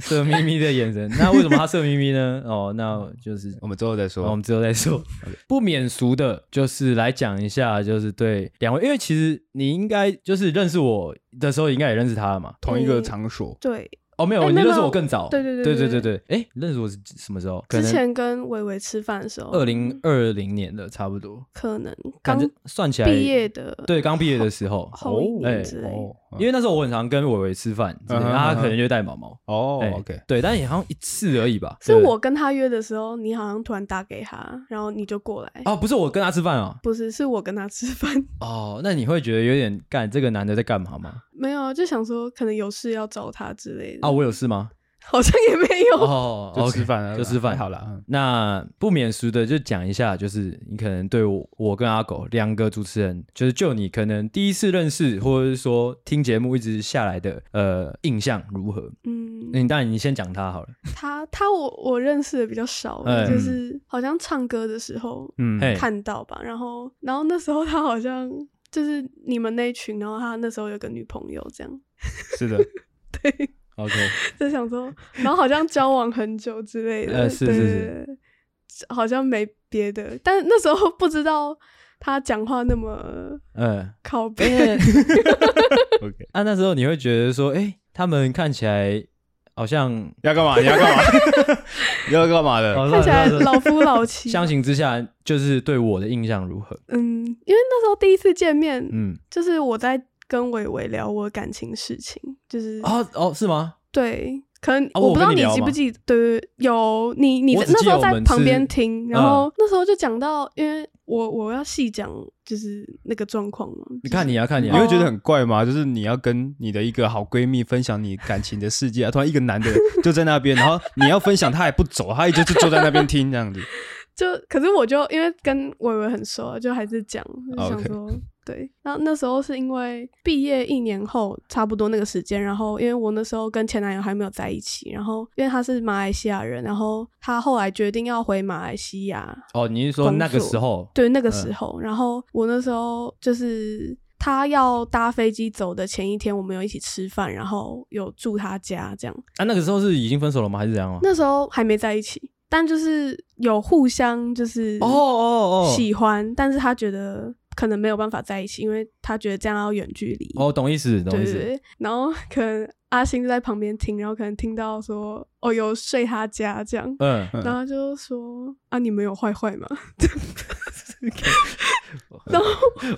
Speaker 1: 色眯眯的眼神。那为什么他色眯眯呢？哦，那就是
Speaker 3: 我们之后再说。
Speaker 1: 我们之后再说。 不免俗的，就是来讲一下，就是对两位，因为其实你应该就是认识我的时候，应该也认识他了嘛。
Speaker 3: 同一个场所，
Speaker 2: 对，
Speaker 1: 哦，没有，
Speaker 2: 哎
Speaker 1: 你
Speaker 2: 没有
Speaker 1: 认识我更早。
Speaker 2: 对对
Speaker 1: 对
Speaker 2: 对
Speaker 1: 对
Speaker 2: 对
Speaker 1: 对对。哎，你认识我是什么时候？可
Speaker 2: 之
Speaker 1: 能
Speaker 2: 前跟伟伟吃饭的时候，
Speaker 1: 二零二零年的差不多。
Speaker 2: 可能
Speaker 1: 感
Speaker 2: 刚
Speaker 1: 觉算起来
Speaker 2: 毕业的
Speaker 1: 对，刚毕业的时候，
Speaker 2: 后一
Speaker 1: 哎
Speaker 2: 年之类
Speaker 3: 哦
Speaker 2: 的，
Speaker 1: 因为那时候我很常跟伟伟吃饭之类的，
Speaker 3: 嗯哼
Speaker 1: 然
Speaker 3: 嗯
Speaker 1: 后他
Speaker 3: 哼
Speaker 1: 可能就带毛毛。
Speaker 3: 哦
Speaker 1: 哎
Speaker 3: ，OK，
Speaker 1: 对，但也好像一次而已吧。
Speaker 2: 是
Speaker 1: 对
Speaker 2: 我跟他约的时候，你好像突然打给他，然后你就过来。
Speaker 1: 哦，不是我跟他吃饭啊。
Speaker 2: 不是，是我跟他吃饭，
Speaker 1: 哦，那你会觉得有点干这个男的在干嘛吗？
Speaker 2: 没有，啊，就想说可能有事要找他之类的
Speaker 1: 啊，我有事吗？
Speaker 2: 好像也没有。
Speaker 1: 哦
Speaker 3: 就
Speaker 1: OK，
Speaker 3: 吃饭了，
Speaker 1: 就吃饭
Speaker 3: 还好啦。嗯
Speaker 1: 那不免俗的就讲一下，就是你可能对我、我跟阿狗两个主持人，就是就你可能第一次认识，或者是说听节目一直下来的呃印象如何？
Speaker 2: 嗯，
Speaker 1: 那你当然你先讲他好了。
Speaker 2: 他他我我认识的比较少，
Speaker 1: 嗯
Speaker 2: 就是好像唱歌的时候
Speaker 3: 嗯，
Speaker 1: 嘿
Speaker 2: 看到吧，然后然后那时候他好像就是你们那一群，然后他那时候有个女朋友这样，
Speaker 3: 是的，
Speaker 1: OK，
Speaker 2: 就想说，然后好像交往很久之类的，
Speaker 1: 呃是
Speaker 2: 对
Speaker 1: 是
Speaker 2: 对对对好像没别的，但那时候不知道他讲话那么
Speaker 1: 嗯，
Speaker 2: 靠
Speaker 1: 因
Speaker 2: 背，
Speaker 1: 为
Speaker 3: OK
Speaker 1: 啊那时候你会觉得说，哎、他们看起来好像哦
Speaker 3: 要干嘛？你要干嘛？你要干嘛的？
Speaker 1: 好
Speaker 2: 看起来
Speaker 1: 像
Speaker 2: 老夫老妻。
Speaker 1: 相形之下，就是对我的印象如何？
Speaker 2: 嗯，因为那时候第一次见面，
Speaker 1: 嗯，
Speaker 2: 就是我在跟伟伟聊我感情事情，就是、
Speaker 1: 哦哦，是吗？
Speaker 2: 对，可能
Speaker 1: 啊
Speaker 2: 我不知道
Speaker 1: 我有跟你聊
Speaker 2: 记
Speaker 1: 吗
Speaker 2: 不记得，对对有你你
Speaker 1: 我只
Speaker 2: 那
Speaker 1: 记
Speaker 2: 时
Speaker 1: 得
Speaker 2: 候在
Speaker 1: 我们
Speaker 2: 旁边
Speaker 1: 是嗯
Speaker 2: 听，然后那时候就讲到，因为我我要细讲就是那个状况嘛，
Speaker 1: 你看你啊，看你
Speaker 3: 你
Speaker 1: 啊，
Speaker 3: 会觉得很怪吗？就是你要跟你的一个好闺蜜分享你感情的世界，啊突然一个男的就在那边，然后你要分享，他还不走，他也就是坐在那边听这样子。
Speaker 2: 就可是我就因为跟伟伟很熟，就还是讲，就想
Speaker 1: 哦
Speaker 3: OK
Speaker 2: 说。对，然后那时候是因为毕业一年后差不多那个时间，然后因为我那时候跟前男友还没有在一起，然后因为他是马来西亚人，然后他后来决定要回马来西亚，
Speaker 1: 哦，你是说
Speaker 2: 工
Speaker 1: 那个
Speaker 2: 作
Speaker 1: 时候？嗯
Speaker 2: 对，那个时候，然后我那时候就是他要搭飞机走的前一天，我们有一起吃饭，然后有住他家这样。
Speaker 1: 啊，那个时候是已经分手了吗？还是怎样啊？
Speaker 2: 那时候还没在一起，但就是有互相就是
Speaker 1: 哦哦哦，
Speaker 2: 喜欢，但是他觉得可能没有办法在一起，因为他觉得这样要远距离。
Speaker 1: 哦，懂意思，懂
Speaker 2: 对
Speaker 1: 意
Speaker 2: 对
Speaker 1: 思。
Speaker 2: 对，然后可能阿星就在旁边听，然后可能听到说哦有睡他家这样，
Speaker 1: 嗯，
Speaker 3: 嗯
Speaker 2: 然后就说啊你们有坏坏吗？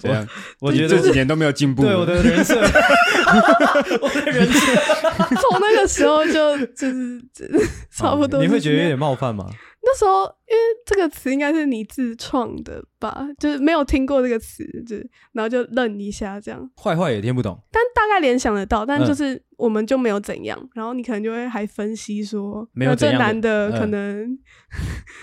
Speaker 3: 这样，
Speaker 1: 我觉得
Speaker 3: 这几年都没有进步。？
Speaker 1: 对我的人设， 我的人设
Speaker 2: 从那个时候就就是就差不多、
Speaker 1: 哦你会觉得有点？冒犯吗？
Speaker 2: 那时候因为这个词应该是你自创的吧，就是没有听过这个词，就是然后就愣一下这样，
Speaker 1: 坏坏也听 不懂，
Speaker 2: 但大概联想得到，但
Speaker 1: 嗯
Speaker 2: 就是我们就没有怎样，然后你可能就会还分析说，
Speaker 1: 没有
Speaker 2: 那这
Speaker 1: 怎样的
Speaker 2: 男的
Speaker 1: 嗯
Speaker 2: 可能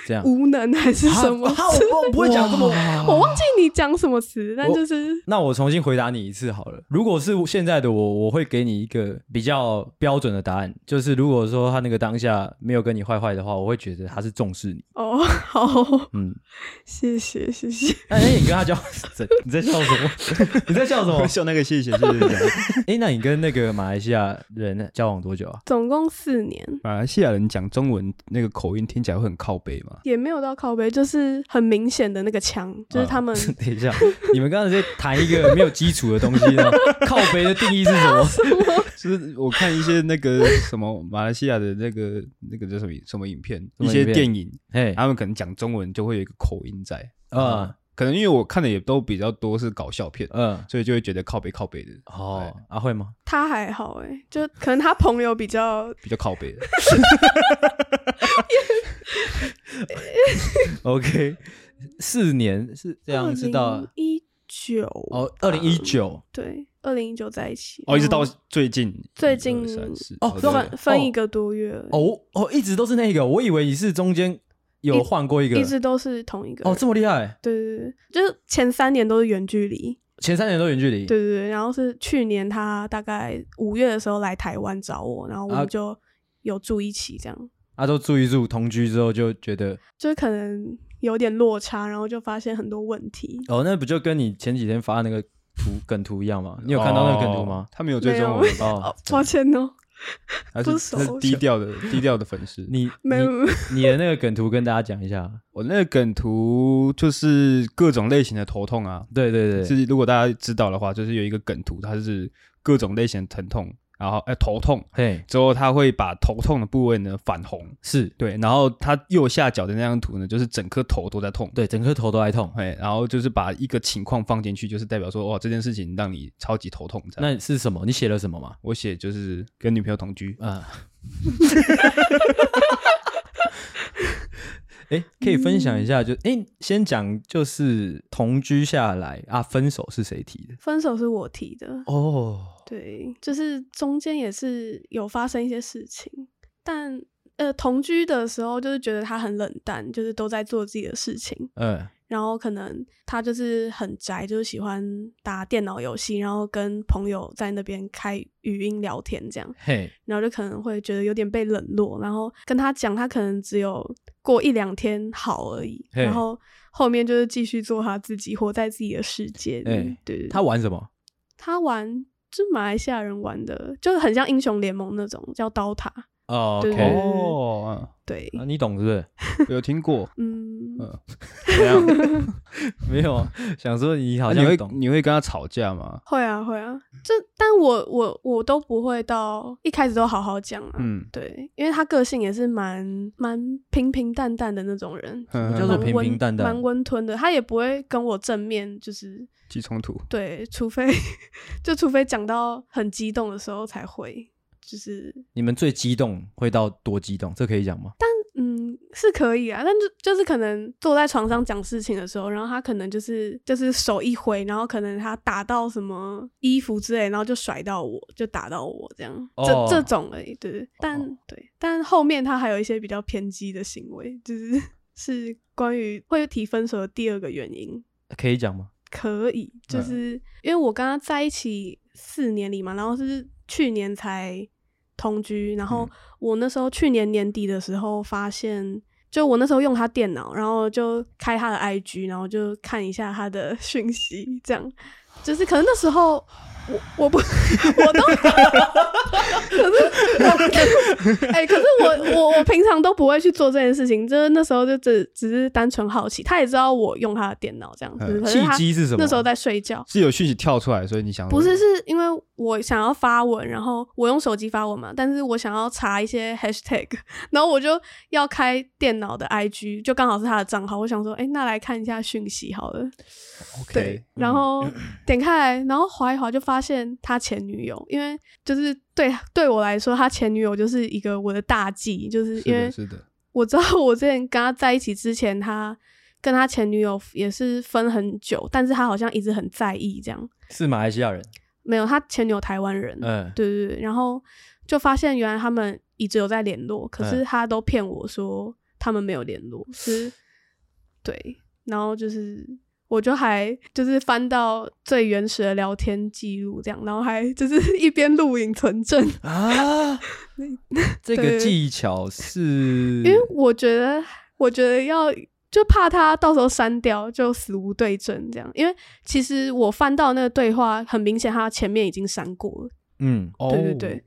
Speaker 1: 这样
Speaker 2: 无能还是什么？
Speaker 1: 啊 我不会讲这么。
Speaker 2: 我忘记你讲什么词，但
Speaker 1: 我
Speaker 2: 就是
Speaker 1: 那我重新回答你一次好了。如果是现在的我，我会给你一个比较标准的答案，就是如果说他那个当下没有跟你坏坏的话，我会觉得他是重视 你。
Speaker 2: 哦，好，
Speaker 1: 嗯，
Speaker 2: 谢谢谢谢。
Speaker 1: 那哎，你跟他交， 你在笑什么？ 你在笑什么
Speaker 3: 笑那个谢谢谢谢。这样
Speaker 1: 哎，那你跟那个马来西亚人交往多久啊？
Speaker 2: 总共四年，
Speaker 3: 马来西啊亚人讲中文那个口音听起来会很靠背嘛？
Speaker 2: 也没有到靠背，就是很明显的那个
Speaker 1: 啊
Speaker 2: 腔，就是 他们
Speaker 1: 等一下，你们刚才在谈一个没有基础的东西呢？靠背的定义是什么？
Speaker 3: 就是我看一些那个什么马来西亚的那个那个叫什么什么影片，
Speaker 1: 么
Speaker 3: 一
Speaker 1: 影
Speaker 3: 些
Speaker 1: 片
Speaker 3: 电影，
Speaker 1: 哎
Speaker 3: 他们可能讲中文就会有一个口音在啊、
Speaker 1: 嗯
Speaker 3: 可能因为我看的也都比较多是搞笑片，
Speaker 1: 嗯，
Speaker 3: 所以就会觉得靠背靠背的
Speaker 1: 哦
Speaker 3: 哎，
Speaker 1: 阿慧吗？
Speaker 2: 他还好哎、就可能他朋友比较
Speaker 3: 比较靠背的。
Speaker 1: OK，四年是这样，是到
Speaker 2: 一九
Speaker 1: 哦， 二零一九
Speaker 2: 对，二零一九在一起
Speaker 3: 哦，一直
Speaker 2: 然
Speaker 3: 到
Speaker 2: 后
Speaker 3: 最近
Speaker 2: 最近
Speaker 3: 一二三四
Speaker 1: 哦
Speaker 3: 对
Speaker 1: 对
Speaker 2: 分分一个多月而已，
Speaker 1: 哦哦，一直都是那个，我以为你是中间有换过一个，
Speaker 2: 一直都是同一个人
Speaker 1: 哦这么厉害，
Speaker 2: 对对对，就是前三年都是远距离，
Speaker 1: 前三年都远距离，
Speaker 2: 对对对，然后是去年他大概五月的时候来台湾找我，然后我
Speaker 1: 啊
Speaker 2: 们就有住一起这样，
Speaker 1: 啊，都住一住同居之后就觉得，
Speaker 2: 就是可能有点落差，然后就发现很多问题，
Speaker 1: 哦，那不就跟你前几天发那个图梗图一样吗？你有看到那个梗图
Speaker 3: 哦
Speaker 1: 吗？
Speaker 3: 他没有追
Speaker 2: 没
Speaker 3: 踪
Speaker 2: 有
Speaker 3: 我，
Speaker 1: 哦，
Speaker 2: 抱歉 哦，
Speaker 3: 他
Speaker 2: 不
Speaker 3: 是
Speaker 2: 熟
Speaker 3: 他是低调的低调的粉丝。
Speaker 1: 你
Speaker 2: 没有没有
Speaker 1: 你你的那个梗图跟大家讲一下，
Speaker 3: 我那个梗图就是各种类型的头痛啊，
Speaker 1: 对对对，
Speaker 3: 是如果大家知道的话，就是有一个梗图，它是各种类型的疼痛，然后哎、头痛
Speaker 1: 嘿
Speaker 3: 之后，它会把头痛的部位呢反红，
Speaker 1: 是，
Speaker 3: 对，然后它右下角的那张图呢，就是整颗头都在痛，
Speaker 1: 对，整颗头都爱痛，
Speaker 3: 哎，然后就是把一个情况放进去，就是代表说哇哦这件事情让你超级头痛这样。
Speaker 1: 那是什么？你写了什么吗？
Speaker 3: 我写就是跟女朋友同居，
Speaker 1: 啊。 哎、可以分享一下就，哎、先讲就是同居下来啊，分手是谁提的？
Speaker 2: 分手是我提的，
Speaker 1: 哦，
Speaker 2: 对，就是中间也是有发生一些事情，但呃，同居的时候就是觉得他很冷淡，就是都在做自己的事情。
Speaker 1: 嗯，
Speaker 2: 然后可能他就是很宅，就是喜欢打电脑游戏，然后跟朋友在那边开语音聊天这样，
Speaker 1: 嘿，
Speaker 2: 然后就可能会觉得有点被冷落，然后跟他讲，他可能只有过一两天好而已，
Speaker 1: 嘿
Speaker 2: 然后后面就是继续做他自己，活在自己的世界里。
Speaker 1: 嘿
Speaker 2: 对，
Speaker 1: 他玩什么？
Speaker 2: 他玩就马来西亚人玩的，就是很像英雄联盟那种，叫刀塔。
Speaker 1: 哦
Speaker 2: 对对
Speaker 1: ，OK，
Speaker 2: 对
Speaker 3: 哦，
Speaker 2: 对，，
Speaker 1: 啊你懂是不是？
Speaker 3: 有听过
Speaker 2: 嗯，
Speaker 3: 嗯怎样？
Speaker 1: 没有，想说你 好
Speaker 3: 啊你
Speaker 1: 像
Speaker 3: 会
Speaker 1: 懂。
Speaker 3: 你会跟他吵架吗？
Speaker 2: 会啊会啊，这但我我我都不会到一开始都好好讲啊。
Speaker 3: 嗯，
Speaker 2: 对，因为他个性也是蛮蛮平平淡淡的那种人，
Speaker 3: 嗯
Speaker 1: 叫做
Speaker 2: 蛮
Speaker 1: 平
Speaker 2: 温
Speaker 1: 平淡淡
Speaker 2: 蛮温吞的。他也不会跟我正面，就是
Speaker 3: 起冲突，
Speaker 2: 对，除非 就除非讲到很激动的时候才会，就是
Speaker 1: 你们最激动会到多激动？这可以讲吗？
Speaker 2: 嗯，是可以啊，但就就是可能坐在床上讲事情的时候，然后他可能就是就是手一挥，然后可能他打到什么衣服之类，然后就甩到我，就打到我这样，
Speaker 1: 哦
Speaker 2: 这这种而已，对对。但、对，但后面他还有一些比较偏激的行为，就是 是关于会提分手的第二个原因，
Speaker 1: 可以讲吗？
Speaker 2: 可以，就
Speaker 3: 嗯
Speaker 2: 是、因为我跟他在一起四年里嘛，然后是去年才同居，然后
Speaker 3: 嗯
Speaker 2: 我那时候去年年底的时候发现，就我那时候用他电脑，然后就开他的 IG，然后就看一下他的讯息，这样，就是可能那时候我我不 我都，可是我哎、可是我我我平常都不会去做这件事情，就是那时候就只只是单纯好奇，他也知道我用他的电脑这样子，
Speaker 3: 嗯
Speaker 2: 可是
Speaker 1: 契
Speaker 2: 他
Speaker 1: 机是什么？
Speaker 2: 那时候在睡觉。
Speaker 3: 是有讯息跳出来，所以你想
Speaker 2: 不是，是因为我想要发文，然后我用手机发文嘛，但是我想要查一些 hashtag，然 后我就要开电脑的 IG，就刚好是他的账号，我想说，哎、那来看一下讯息好了。对
Speaker 3: OK，，
Speaker 2: 然后点开来，然后划一划就发现他前女友，因为就是对对我来说，他前女友就是一个我的大忌，就是
Speaker 3: 是
Speaker 2: 因为
Speaker 3: 的，是的，
Speaker 2: 我知道我之前跟他在一起之前，他跟他前女友也是分很久，但是他好像一直很在意这样。
Speaker 1: 是马来西亚人。
Speaker 2: 没有，他前女友台湾人，
Speaker 1: 嗯，
Speaker 2: 对对对，然后就发现原来他们一直有在联络，可是
Speaker 1: 嗯
Speaker 2: 他都骗我说他们没有联络， 是，对，然后就是我就还就是翻到最原始的聊天记录这样，然后还就是 一边录影存证，
Speaker 1: 啊， 这
Speaker 2: 对
Speaker 1: 个技巧是
Speaker 2: 因为我觉得我觉得要。就怕他到时候删掉，就死无对证这样。因为其实我翻到那个对话，很明显他前面已经删过了。
Speaker 1: 嗯，
Speaker 3: 哦，
Speaker 2: 对对对，，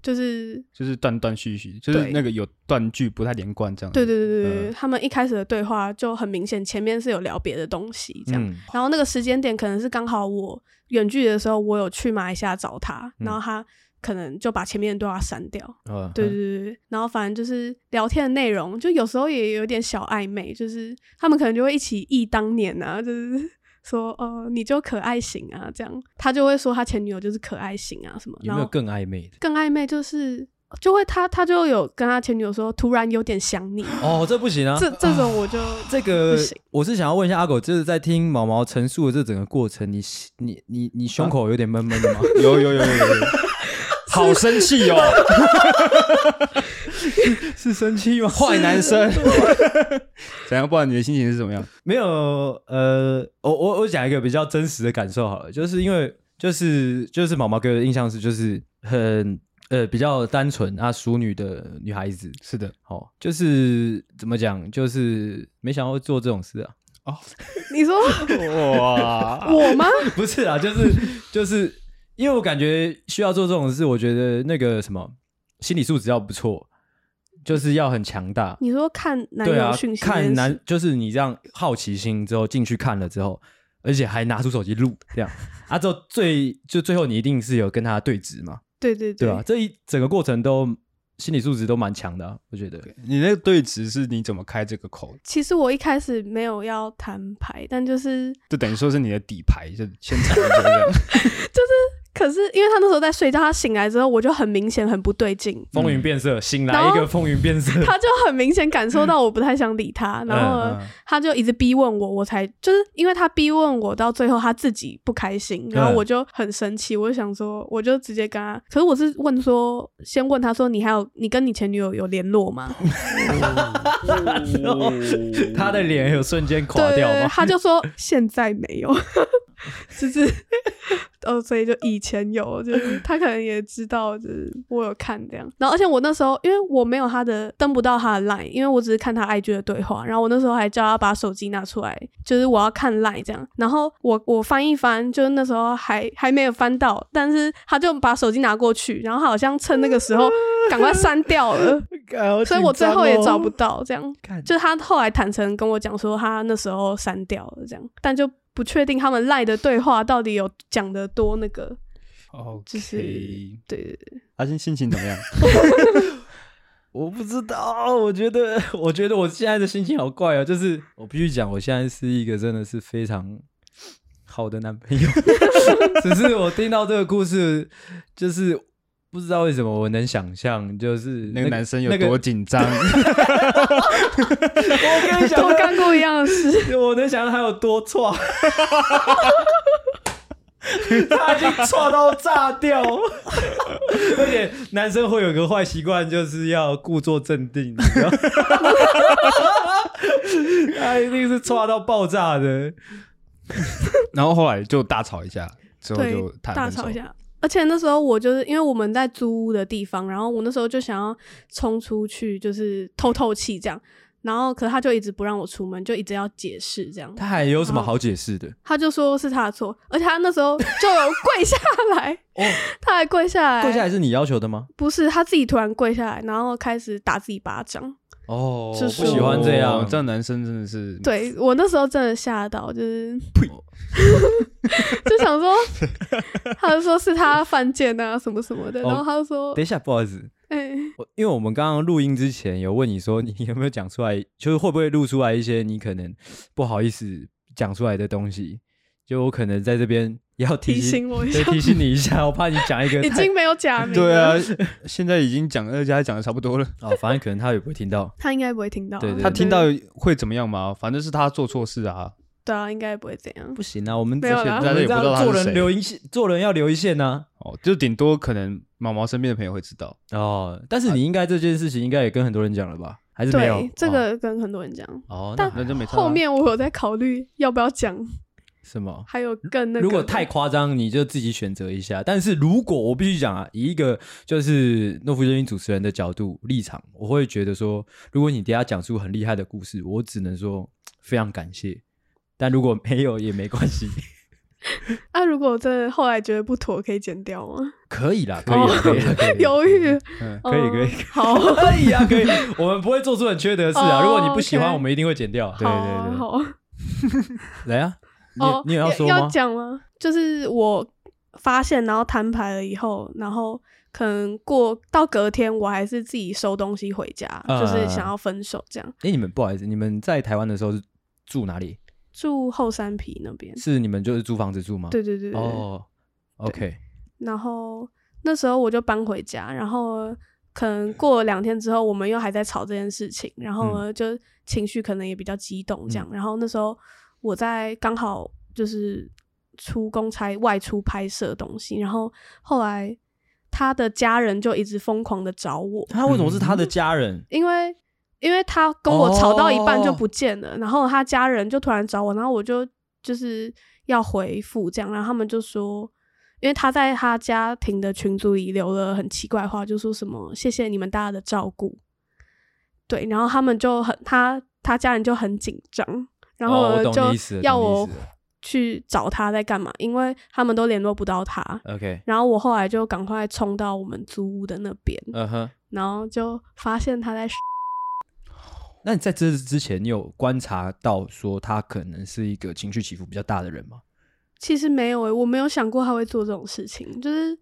Speaker 2: 就是
Speaker 3: 就是断断续续，就是
Speaker 2: 对
Speaker 3: 那个有断句不太连贯这样子。
Speaker 2: 对对对对对，
Speaker 3: 嗯
Speaker 2: 他们一开始的对话就很明显，前面是有聊别的东西这样。
Speaker 1: 嗯
Speaker 2: 然后那个时间点可能是刚好我远距离的时候，我有去马来西亚找他，
Speaker 1: 嗯
Speaker 2: 然后他可能就把前面的对话删掉。
Speaker 1: 呃
Speaker 2: 对对对对，然后反正就是聊天的内容，就有时候也有点小暧昧，就是他们可能就会一起忆当年啊，就是 说呃你就可爱型啊这样，他就会说他前女友就是可爱型啊什么，
Speaker 1: 有
Speaker 2: 然
Speaker 1: 没
Speaker 2: 后
Speaker 1: 有更暧昧的？
Speaker 2: 更暧昧就是就会他他就有跟他前女友说突然有点想你，
Speaker 1: 哦，这不行啊，
Speaker 2: 这这种我就
Speaker 1: 这个
Speaker 2: 不行
Speaker 1: 我是想要问一下阿狗，就是在听毛毛陈述的这整个过程，你你你你胸口有点闷闷的吗？
Speaker 3: 有有有有有， 有好生气哦，
Speaker 1: 是生气 吗？
Speaker 3: 坏男生。怎样？不然你的心情是怎么样？
Speaker 1: 没有，呃，我我我讲一个比较真实的感受好了，就是因为就是就是毛毛给我的印象是就是很呃比较单纯啊淑女的女孩子，
Speaker 3: 是的，
Speaker 1: 哦，就是怎么讲，就是没想到会做这种事啊，
Speaker 2: 你说
Speaker 3: 哇，
Speaker 2: 我吗？
Speaker 1: 不是啊，就是 就是因为我感觉需要做这种事，我觉得那个什么心理素质要不错，就是要很强大，
Speaker 2: 你说看男
Speaker 1: 对
Speaker 2: 友
Speaker 1: 啊
Speaker 2: 讯，息、
Speaker 1: 看男，就是你这样好奇心之后进去看了之后，而且还拿出手机录这样 啊，之后最就最后你一定是有跟他对峙嘛，
Speaker 2: 对对
Speaker 1: 对啊吧、这一整个过程都心理素质都蛮强的啊、我觉得。
Speaker 3: 你那个对峙是你怎么开这个口？
Speaker 2: 其实我一开始没有要摊牌，但就是
Speaker 3: 就等于说是你的底牌，就先踩一下这样。
Speaker 2: 可是因为他那时候在睡觉，他醒来之后，我就很明显很不对劲，
Speaker 1: 风云变色，醒来一
Speaker 2: 然
Speaker 1: 个
Speaker 2: 后
Speaker 1: 风云变色，
Speaker 2: 他就很明显感受到我不太想理他，然后
Speaker 3: 嗯
Speaker 2: 他就一直逼问我，我才就是因为他逼问我，到最后他自己不开心，
Speaker 1: 嗯
Speaker 2: 然后我就很生气，我就想说，我就直接跟他，可是我是问说，先问他说，你还有你跟你前女友有联络吗？
Speaker 1: 嗯他的脸有瞬间垮
Speaker 2: 对
Speaker 1: 掉
Speaker 2: 对，
Speaker 1: 吗？
Speaker 2: 他就说现在没有， 就是哦，所以就以前 有，就是他可能也知道，就是我有看这样。然后而且我那时候因为我没有他的登不到他的 line，因为我只是看他 IG 的对话，然后我那时候还叫他把手机拿出来，就是我要看 line 这样。然后我我翻一翻，就是那时候还还没有翻到，但是他就把手机拿过去，然后好像趁那个时 候赶快删掉了，所以我最后也
Speaker 1: 哦
Speaker 2: 找不到这样。
Speaker 1: 看
Speaker 2: 就他后来坦诚跟我讲说，他那时候删掉了这样，但就不确定他们赖的对话到底有讲的多那个，
Speaker 3: 哦，
Speaker 2: 就是对对对，
Speaker 3: 阿星心情怎么样？
Speaker 1: 我不知道，我觉得，我觉得我现在的心情好怪哦，就是我必须讲，我现在是一个真的是非常好的男朋友， 只是我听到这个故事，就是不知道为什么我能想象，就是
Speaker 3: 那个 男生有
Speaker 1: 那个
Speaker 3: 多紧张？
Speaker 1: 我跟你讲
Speaker 2: 我干过一样的事，
Speaker 1: 我能想象他有多 错，他已经错到炸掉，而且男生会有个坏习惯，就是要故作镇定，你知道 吗他一定是错到爆炸的。
Speaker 3: 然后后来就大吵一架，之后
Speaker 2: 对
Speaker 3: 就，谈
Speaker 2: 大
Speaker 3: 分手
Speaker 2: 吵一。下。而且那时候我就是因为我们在租屋的地方，然后我那时候就想要冲出去，就是透透气这样。然后，可是他就一直不让我出门，就一直要解释这样。
Speaker 1: 他还有什么好解释的？
Speaker 2: 他就说是他的错，而且他那时候就有跪下来，
Speaker 1: 哦，
Speaker 2: 他还跪下来，
Speaker 1: 跪下来是你要求的吗？
Speaker 2: 不是他自己突然跪下来，然后开始打自己巴掌。
Speaker 1: 哦，
Speaker 2: 哎是
Speaker 1: 我
Speaker 2: 说
Speaker 1: 不喜欢这
Speaker 3: 哦
Speaker 1: 样，
Speaker 3: 这样男生真的是
Speaker 2: 对我那时候真的吓到，就是呸， 就想说，他就说是他犯贱啊什么什么的，
Speaker 1: 哦
Speaker 2: 然后他就说
Speaker 1: 等，一下，不好意思，
Speaker 2: 哎、
Speaker 1: 我因为我们刚刚录音之前有问你说你有没有讲出来，就是会不会录出来一些你可能不好意思讲出来的东西，就我可能在这边 也要提
Speaker 2: 提醒我一
Speaker 1: 对
Speaker 2: 下
Speaker 1: 提醒你一下，我怕你讲一 个
Speaker 2: 已
Speaker 1: 太
Speaker 2: 经没有假名，
Speaker 3: 对啊，，现在已经讲二家讲的差不多了。
Speaker 1: 哦，反正可能他也不会听到。
Speaker 2: 他应该不会听到啊，
Speaker 1: 对对
Speaker 3: 他听到会怎么样吗？反正是他做错事啊。
Speaker 2: 对啊，应该不会这样，
Speaker 1: 不行啊，我们
Speaker 2: 没有
Speaker 1: 这些
Speaker 2: 啦
Speaker 1: 我们这样
Speaker 3: 大家也不知道他是
Speaker 1: 做人
Speaker 3: 谁
Speaker 1: 留一线，做人要留一线啊呐、
Speaker 3: 哦，就顶多可能毛毛身边的朋友会知道。啊
Speaker 1: 哦，但是你应该这件事情应该也跟很多人讲了吧？还是没有哦
Speaker 2: 对？这个跟很多人讲。
Speaker 1: 哦，哦那
Speaker 2: 但
Speaker 1: 还
Speaker 3: 那就没差啊
Speaker 2: 后面我有在考虑要不要讲，
Speaker 1: 什么？
Speaker 2: 还有更那个。
Speaker 1: 如果太夸张，你就自己选择一下。但是如果我必须讲啊，以一个就是诺夫救星主持人的角度立场，我会觉得说，如果你等一下讲出很厉害的故事，我只能说非常感谢。但如果没有也没关系，
Speaker 2: 啊，如果真的后来觉得不妥，可以剪掉吗？
Speaker 1: 可以啦，可以啦，可以啦，可以啦，
Speaker 2: 犹豫，
Speaker 3: 嗯
Speaker 1: 可以可以
Speaker 2: 嗯好，
Speaker 1: 可以啊，可以。我们不会做出很缺德的事啊。
Speaker 2: 哦
Speaker 1: 如果你不喜欢，
Speaker 2: OK
Speaker 1: 我们一定会剪掉。 对
Speaker 2: 好
Speaker 1: 对
Speaker 2: 啊
Speaker 1: 对，
Speaker 2: 好啊。
Speaker 1: 来啊，
Speaker 2: 哦，
Speaker 1: 你你有要说
Speaker 2: 要
Speaker 1: 吗？
Speaker 2: 讲吗？就是我发现，然后摊牌了以后，然后可能过到隔天，我还是自己收东西回家，
Speaker 1: 嗯
Speaker 2: 就是想要分手这样。
Speaker 1: 哎，你们不好意思，你们在台湾的时候是住哪里？
Speaker 2: 住后山皮那边，
Speaker 1: 是你们就是租房子住吗？
Speaker 2: 对对对对。
Speaker 1: 哦，OK，
Speaker 2: 然后那时候我就搬回家，然后可能过了两天之后，我们又还在吵这件事情，然后呢，就情绪可能也比较激动这样。然后那时候我在刚好就是出公差外出拍摄东西，然后后来他的家人就一直疯狂的找我，
Speaker 1: 他为什么是他的家人？
Speaker 2: 因为。因为他跟我吵到一半就
Speaker 1: 哦
Speaker 2: 不见了然后他家人就突然找我，然后我就就是要回复这样，然后他们就说，因为他在他家庭的群组里留了很奇怪的话，就说什么谢谢你们大家的照顾，对，然后他们就很他他家人就很紧张，然后
Speaker 1: 哦我
Speaker 2: 呢
Speaker 1: 懂
Speaker 2: 就
Speaker 1: 你意思了
Speaker 2: 要
Speaker 1: 懂你意
Speaker 2: 我
Speaker 1: 思了
Speaker 2: 去找他在干嘛，因为他们都联络不到他，
Speaker 1: OK，
Speaker 2: 然后我后来就赶快冲到我们租屋的那边，
Speaker 1: 嗯哼。
Speaker 2: 然后就发现他在
Speaker 1: 那你在这之前，你有观察到说他可能是一个情绪起伏比较大的人吗？
Speaker 2: 其实没有欸诶、我没有想过他会做这种事情，就是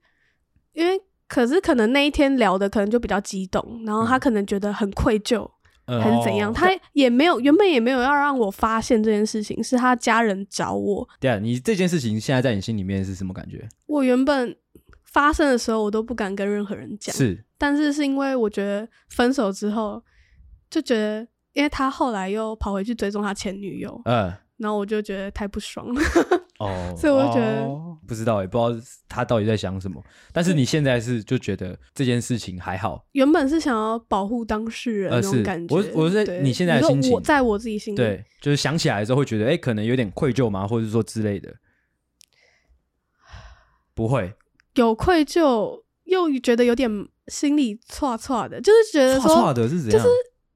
Speaker 2: 因为可是可能那一天聊的可能就比较激动，然后他可能觉得很愧疚、
Speaker 1: 嗯
Speaker 2: 还是怎样，
Speaker 1: 哦
Speaker 2: 他也没有原本也没有要让我发现这件事情，是他家人找我，
Speaker 1: 对啊，你这件事情现在在你心里面是什么感觉？
Speaker 2: 我原本发生的时候，我都不敢跟任何人讲。
Speaker 1: 是
Speaker 2: 但是是因为我觉得分手之后，就觉得，因为他后来又跑回去追踪他前女友，
Speaker 1: 嗯
Speaker 2: 然后我就觉得太不爽了，
Speaker 1: 哦，
Speaker 2: 所以我就觉得
Speaker 3: 哦
Speaker 1: 不知道也不知道他到底在想什么，但是你现在是就觉得这件事情还好，
Speaker 2: 原本是想要保护当事人
Speaker 1: 呃
Speaker 2: 那
Speaker 1: 是
Speaker 2: 种感觉。
Speaker 1: 我我是
Speaker 2: 对
Speaker 1: 你现在的
Speaker 2: 说
Speaker 1: 心情
Speaker 2: 我在我自己心里，
Speaker 1: 对，就是想起来之后会觉得，哎、可能有点愧疚嘛，或者说之类的，不会，
Speaker 2: 有愧疚，又觉得有点心里歘歘的，就是觉得
Speaker 1: 差
Speaker 2: 说，
Speaker 1: 差的是怎样？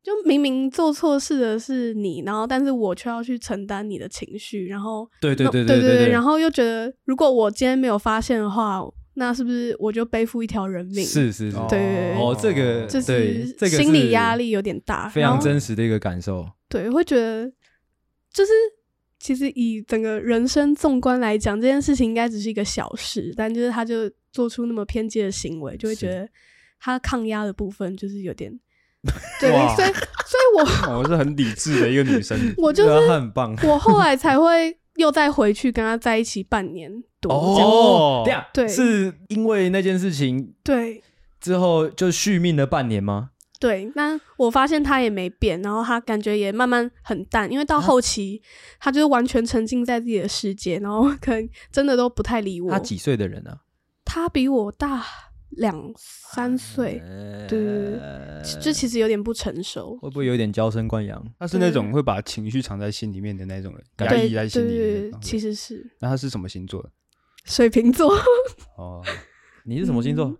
Speaker 2: 就明明做错事的是你，然后但是我却要去承担你的情绪，然后
Speaker 1: 对对
Speaker 2: 那
Speaker 1: 对
Speaker 2: 对
Speaker 1: 对对，
Speaker 2: 然后又觉得如果我今天没有发现的话，那是不是我就背负一条人命？，
Speaker 1: 是是是，
Speaker 2: 对
Speaker 1: 哦，这个
Speaker 2: 就
Speaker 1: 对
Speaker 2: 是
Speaker 1: 这个
Speaker 2: 心理
Speaker 1: 是
Speaker 2: 压力有点大，
Speaker 1: 非
Speaker 2: 然
Speaker 1: 常
Speaker 2: 后
Speaker 1: 真实的一个感受。
Speaker 2: 对，会觉得就是其实以整个人生纵观来讲，这件事情应该只是一个小事，但就是他就做出那么偏激的行为，就会觉
Speaker 1: 是
Speaker 2: 得他抗压的部分就是 有点对，
Speaker 3: 哇
Speaker 2: 所以所以我
Speaker 3: 哦我是很理智的一个女生
Speaker 2: 我就是
Speaker 1: 对啊她很棒
Speaker 2: 我后来才会又再回去跟他在一起半年多这样，
Speaker 1: 哦，这样
Speaker 2: 对
Speaker 1: 是因为那件事情
Speaker 2: 对
Speaker 1: 之后就续命了半年吗？
Speaker 2: 对，那我发现他也没变，然后他感觉也慢慢很淡，因为
Speaker 1: 啊
Speaker 2: 到后期、他就是完全沉浸在自己的世界，然后可能真的都不太理我。
Speaker 1: 他几岁的人啊？
Speaker 2: 他比我大两
Speaker 3: 哎
Speaker 2: 三岁，对对
Speaker 1: 对
Speaker 2: 这其实有点不成熟。
Speaker 1: 会不会有点娇生惯养？
Speaker 3: 她是那种会把情绪藏在心里面的那种人，压
Speaker 2: 对
Speaker 3: 抑在
Speaker 2: 对
Speaker 3: 心里
Speaker 2: 对
Speaker 3: 面。
Speaker 2: 对，
Speaker 3: 哦
Speaker 2: 其实是
Speaker 3: 那她是什么星座的？
Speaker 2: 水瓶座，
Speaker 3: 哦，
Speaker 1: 你是什么星座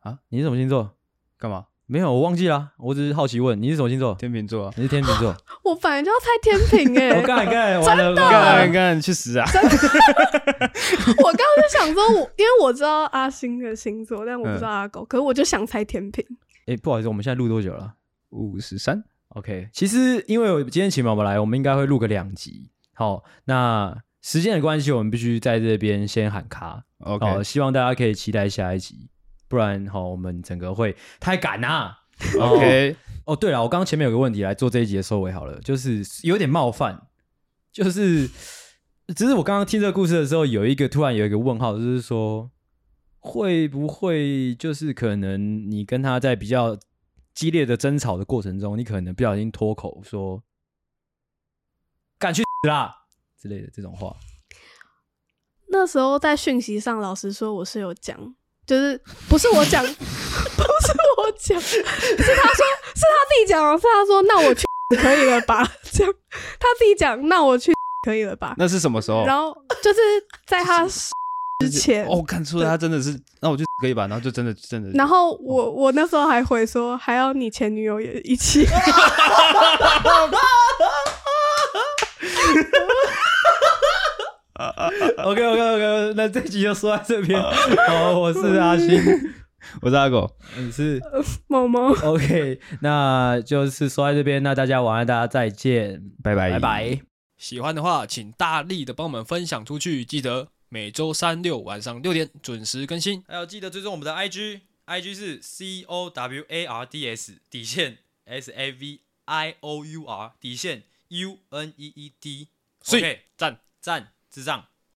Speaker 3: 啊？
Speaker 1: 你是什么星座？
Speaker 3: 干嘛？
Speaker 1: 没有，我忘记了，啊我只是好奇问你是什么星座？
Speaker 3: 天秤座啊？
Speaker 1: 你是天秤座。
Speaker 2: 我本来就要猜天 平哎、
Speaker 1: 我刚才看完了，
Speaker 3: 干
Speaker 1: 干
Speaker 3: 干去死啊！
Speaker 2: 我刚刚就想说我，因为我知道阿星的星座，但我
Speaker 3: 嗯
Speaker 2: 不知道阿狗，可是我就想猜天平。
Speaker 1: 哎，不好意思，我们现在录多久了？
Speaker 3: 五十三，
Speaker 1: OK，其实因为我今天请毛毛来，我们应该会录个两集。好，那时间的关系，我们必须在这边先喊卡。
Speaker 3: OK
Speaker 1: 好，希望大家可以期待下一集，不然好，我们整个会太赶啊啦。
Speaker 3: OK，
Speaker 1: 哦，对了，我刚刚前面有个问题来做这一集的收尾好了，就是有点冒犯，就是只是我刚刚听这个故事的时候，有一个突然有一个问号，就是说会不会就是可能你跟他在比较激烈的争吵的过程中，你可能不小心脱口说“敢去死啦”之类的这种话，
Speaker 2: 那时候在讯息上，老实说我是有讲，就是不是我讲，不 是我讲，是他说，是他自己讲哦，是他说，那我去 可以了吧？这样他自己讲，那我去 可以了吧？
Speaker 3: 那是什么时候？
Speaker 2: 然后哦 就是在他之前，
Speaker 3: 哦，看出来他 真的是，那我就可以吧，然后就真的真的，
Speaker 2: 然后我我那时候还回说，还要你前女友也一起。
Speaker 1: OK OK OK，那这集就说在这边。
Speaker 3: 呃
Speaker 1: 好，我是 阿星，
Speaker 3: 我是阿狗，
Speaker 1: 你是
Speaker 2: 某某，
Speaker 1: OK，那就是说在这边，那大家晚安，大家再见，
Speaker 3: 拜拜
Speaker 1: 拜拜。
Speaker 4: 喜欢的话，请大力的帮我们分享出去。记得每周三六晚上六点准时更新。
Speaker 5: 还有记得追踪我们的 IG，IG 是 C O W A R D S 底线 S A V I O U R 底线 U N E E D，
Speaker 4: 所以
Speaker 5: 赞赞智障。